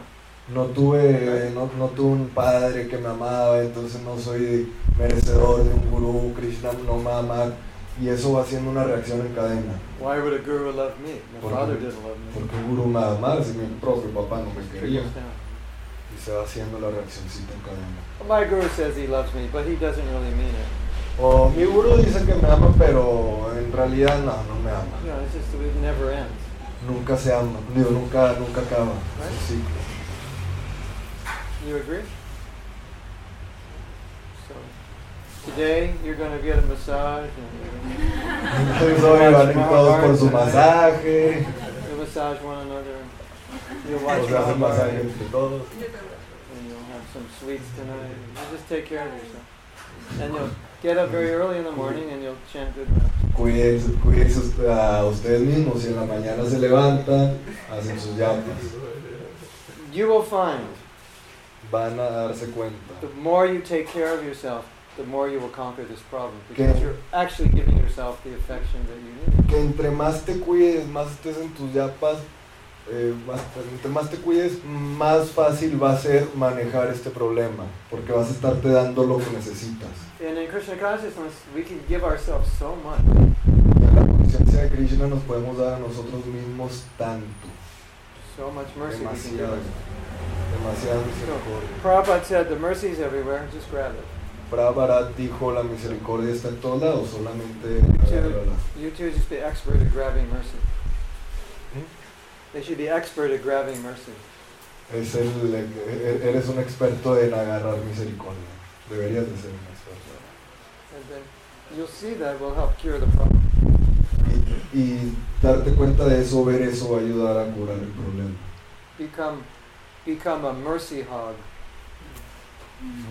[SPEAKER 2] No tuve, eh, no, no tuve un padre que me amaba, entonces no soy merecedor de un gurú, Krishna no me ama. Y eso va siendo una reacción en cadena.
[SPEAKER 1] Why would a guru love me? My
[SPEAKER 2] Por-
[SPEAKER 1] father didn't love me.
[SPEAKER 2] Porque un gurú me va a amar si mi propio papá no me quería.
[SPEAKER 1] Trickles down.
[SPEAKER 2] Y se va haciendo la reaccioncita en cadena.
[SPEAKER 1] Well, my guru says he loves me, but he doesn't really mean it.
[SPEAKER 2] O mi gurú dice que me ama, pero en realidad no, no me ama.
[SPEAKER 1] You know, it's just it never ends.
[SPEAKER 2] Nunca se ama, digo, nunca, nunca acaba. Es un ciclo.
[SPEAKER 1] You agree? So today you're going to get a massage. And
[SPEAKER 2] [LAUGHS] Entonces hoy van a ir todos por su masaje,
[SPEAKER 1] you massage one another. You'll watch
[SPEAKER 2] o se hacen
[SPEAKER 1] Mahabharata,
[SPEAKER 2] masaje entre todos.
[SPEAKER 3] Yo te voy a hacer.
[SPEAKER 1] and you'll have some sweets tonight. You just take care of yourself, and you'll get up very early in the morning and you'll chant good rounds.
[SPEAKER 2] Cuídense, cuídense usted- a ustedes mismos, si en la mañana se levantan, hacen sus llamas.
[SPEAKER 1] You will find
[SPEAKER 2] Van a darse cuenta
[SPEAKER 1] the more you take care of yourself, the more you will conquer this problem because you're actually giving yourself the affection that you need.
[SPEAKER 2] que entre más te cuides, más estés en tus yapas, eh, más- entre más te cuides, más fácil va a ser manejar este problema, porque vas a estarte dando lo que necesitas.
[SPEAKER 1] And in Krishna consciousness, we can give ourselves so much.
[SPEAKER 2] En la conciencia de Krishna nos podemos dar a nosotros mismos tanto,
[SPEAKER 1] So much mercy we can
[SPEAKER 2] demasiado,
[SPEAKER 1] give.
[SPEAKER 2] demasiado misericordia.
[SPEAKER 1] Prabhupada said the mercy's everywhere, just grab it.
[SPEAKER 2] Prabharat dijo, la misericordia está en todos lados, solamente
[SPEAKER 1] Sí.
[SPEAKER 2] agárrala".
[SPEAKER 1] You two just be expert at grabbing mercy.
[SPEAKER 4] Hmm?
[SPEAKER 1] They should be expert at grabbing mercy.
[SPEAKER 2] Es el, e- eres un experto en agarrar misericordia. Deberías de ser un experto.
[SPEAKER 1] And then you'll see that will help cure the problem.
[SPEAKER 2] Y, y darte cuenta de eso, ver eso, va a ayudar a curar el problema.
[SPEAKER 1] Become become a mercy hog.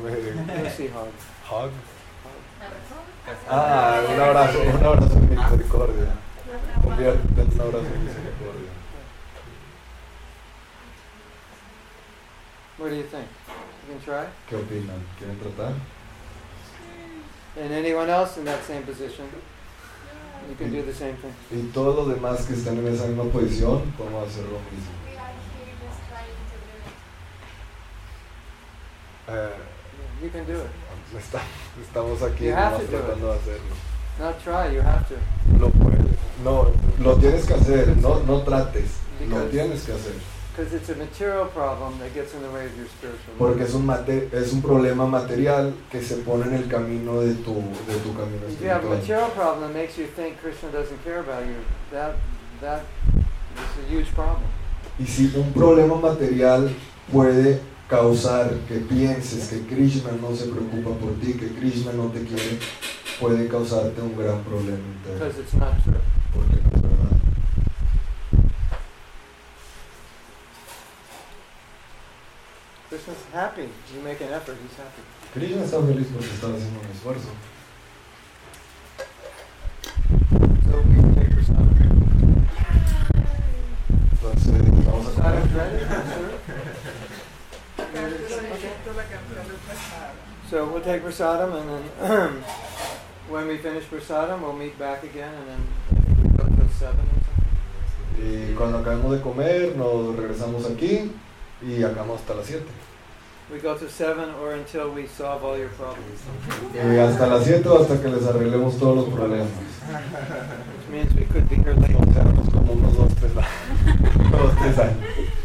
[SPEAKER 1] Mercy hog.
[SPEAKER 4] Hug.
[SPEAKER 2] Ah, un abrazo, un abrazo de misericordia. Conviértete en un abrazo de misericordia.
[SPEAKER 1] What do you think? You can try?
[SPEAKER 2] ¿Qué opinan? ¿Quieren tratar?
[SPEAKER 1] And anyone else in that same position?
[SPEAKER 8] Yeah.
[SPEAKER 1] You can do the same thing.
[SPEAKER 2] Y todos los demás que están en esa misma posición, vamos a hacer lo mismo.
[SPEAKER 5] We are here just trying to do it.
[SPEAKER 4] Eh,
[SPEAKER 1] You can do it.
[SPEAKER 4] está- estamos aquí
[SPEAKER 1] You have
[SPEAKER 4] nomás
[SPEAKER 1] to do it.
[SPEAKER 4] tratando de hacerlo.
[SPEAKER 1] Not try, you have to.
[SPEAKER 4] Lo puedes.
[SPEAKER 2] No, lo tienes que hacer, no, no trates, lo
[SPEAKER 1] Because-
[SPEAKER 2] tienes que hacer.
[SPEAKER 1] Because it's a material problem that gets in the way of your spiritual
[SPEAKER 2] Porque
[SPEAKER 1] life.
[SPEAKER 2] es un, mate- es un problema material que se pone en el camino de tu, de tu camino
[SPEAKER 1] If you have a
[SPEAKER 2] espiritual.
[SPEAKER 1] material problem that makes you think Krishna doesn't care about you, that that is a huge problem.
[SPEAKER 2] Y si un problema material puede causar que pienses que Krishna no se preocupa por ti, que Krishna no te quiere, puede causarte un gran problema interno.
[SPEAKER 1] Because it's not true.
[SPEAKER 2] Porque no es verdad.
[SPEAKER 1] Krishna's happy. You make an effort, he's happy.
[SPEAKER 2] Krishna está feliz porque está haciendo un esfuerzo.
[SPEAKER 1] So we can take Prasad.
[SPEAKER 2] Entonces, vamos a
[SPEAKER 1] Prasad is
[SPEAKER 2] comer.
[SPEAKER 1] ready, sir.
[SPEAKER 3] [LAUGHS]
[SPEAKER 1] Okay.
[SPEAKER 3] la canción de Prasad.
[SPEAKER 1] So we'll take prasadam and then [CLEARS THROAT] when we finish prasadam, we'll meet back again and then I think we'll go till seven or something.
[SPEAKER 2] Y Eh, cuando acabemos de comer, nos regresamos aquí y acabamos hasta las 7.
[SPEAKER 1] We go to seven or until we solve all your problems,
[SPEAKER 2] Y Eh, hasta las 7 o hasta que les arreglemos todos los problemas.
[SPEAKER 1] which means we could be here late.
[SPEAKER 2] [LAUGHS] Nos quedamos como unos 2, 3 años. 2, 3 años.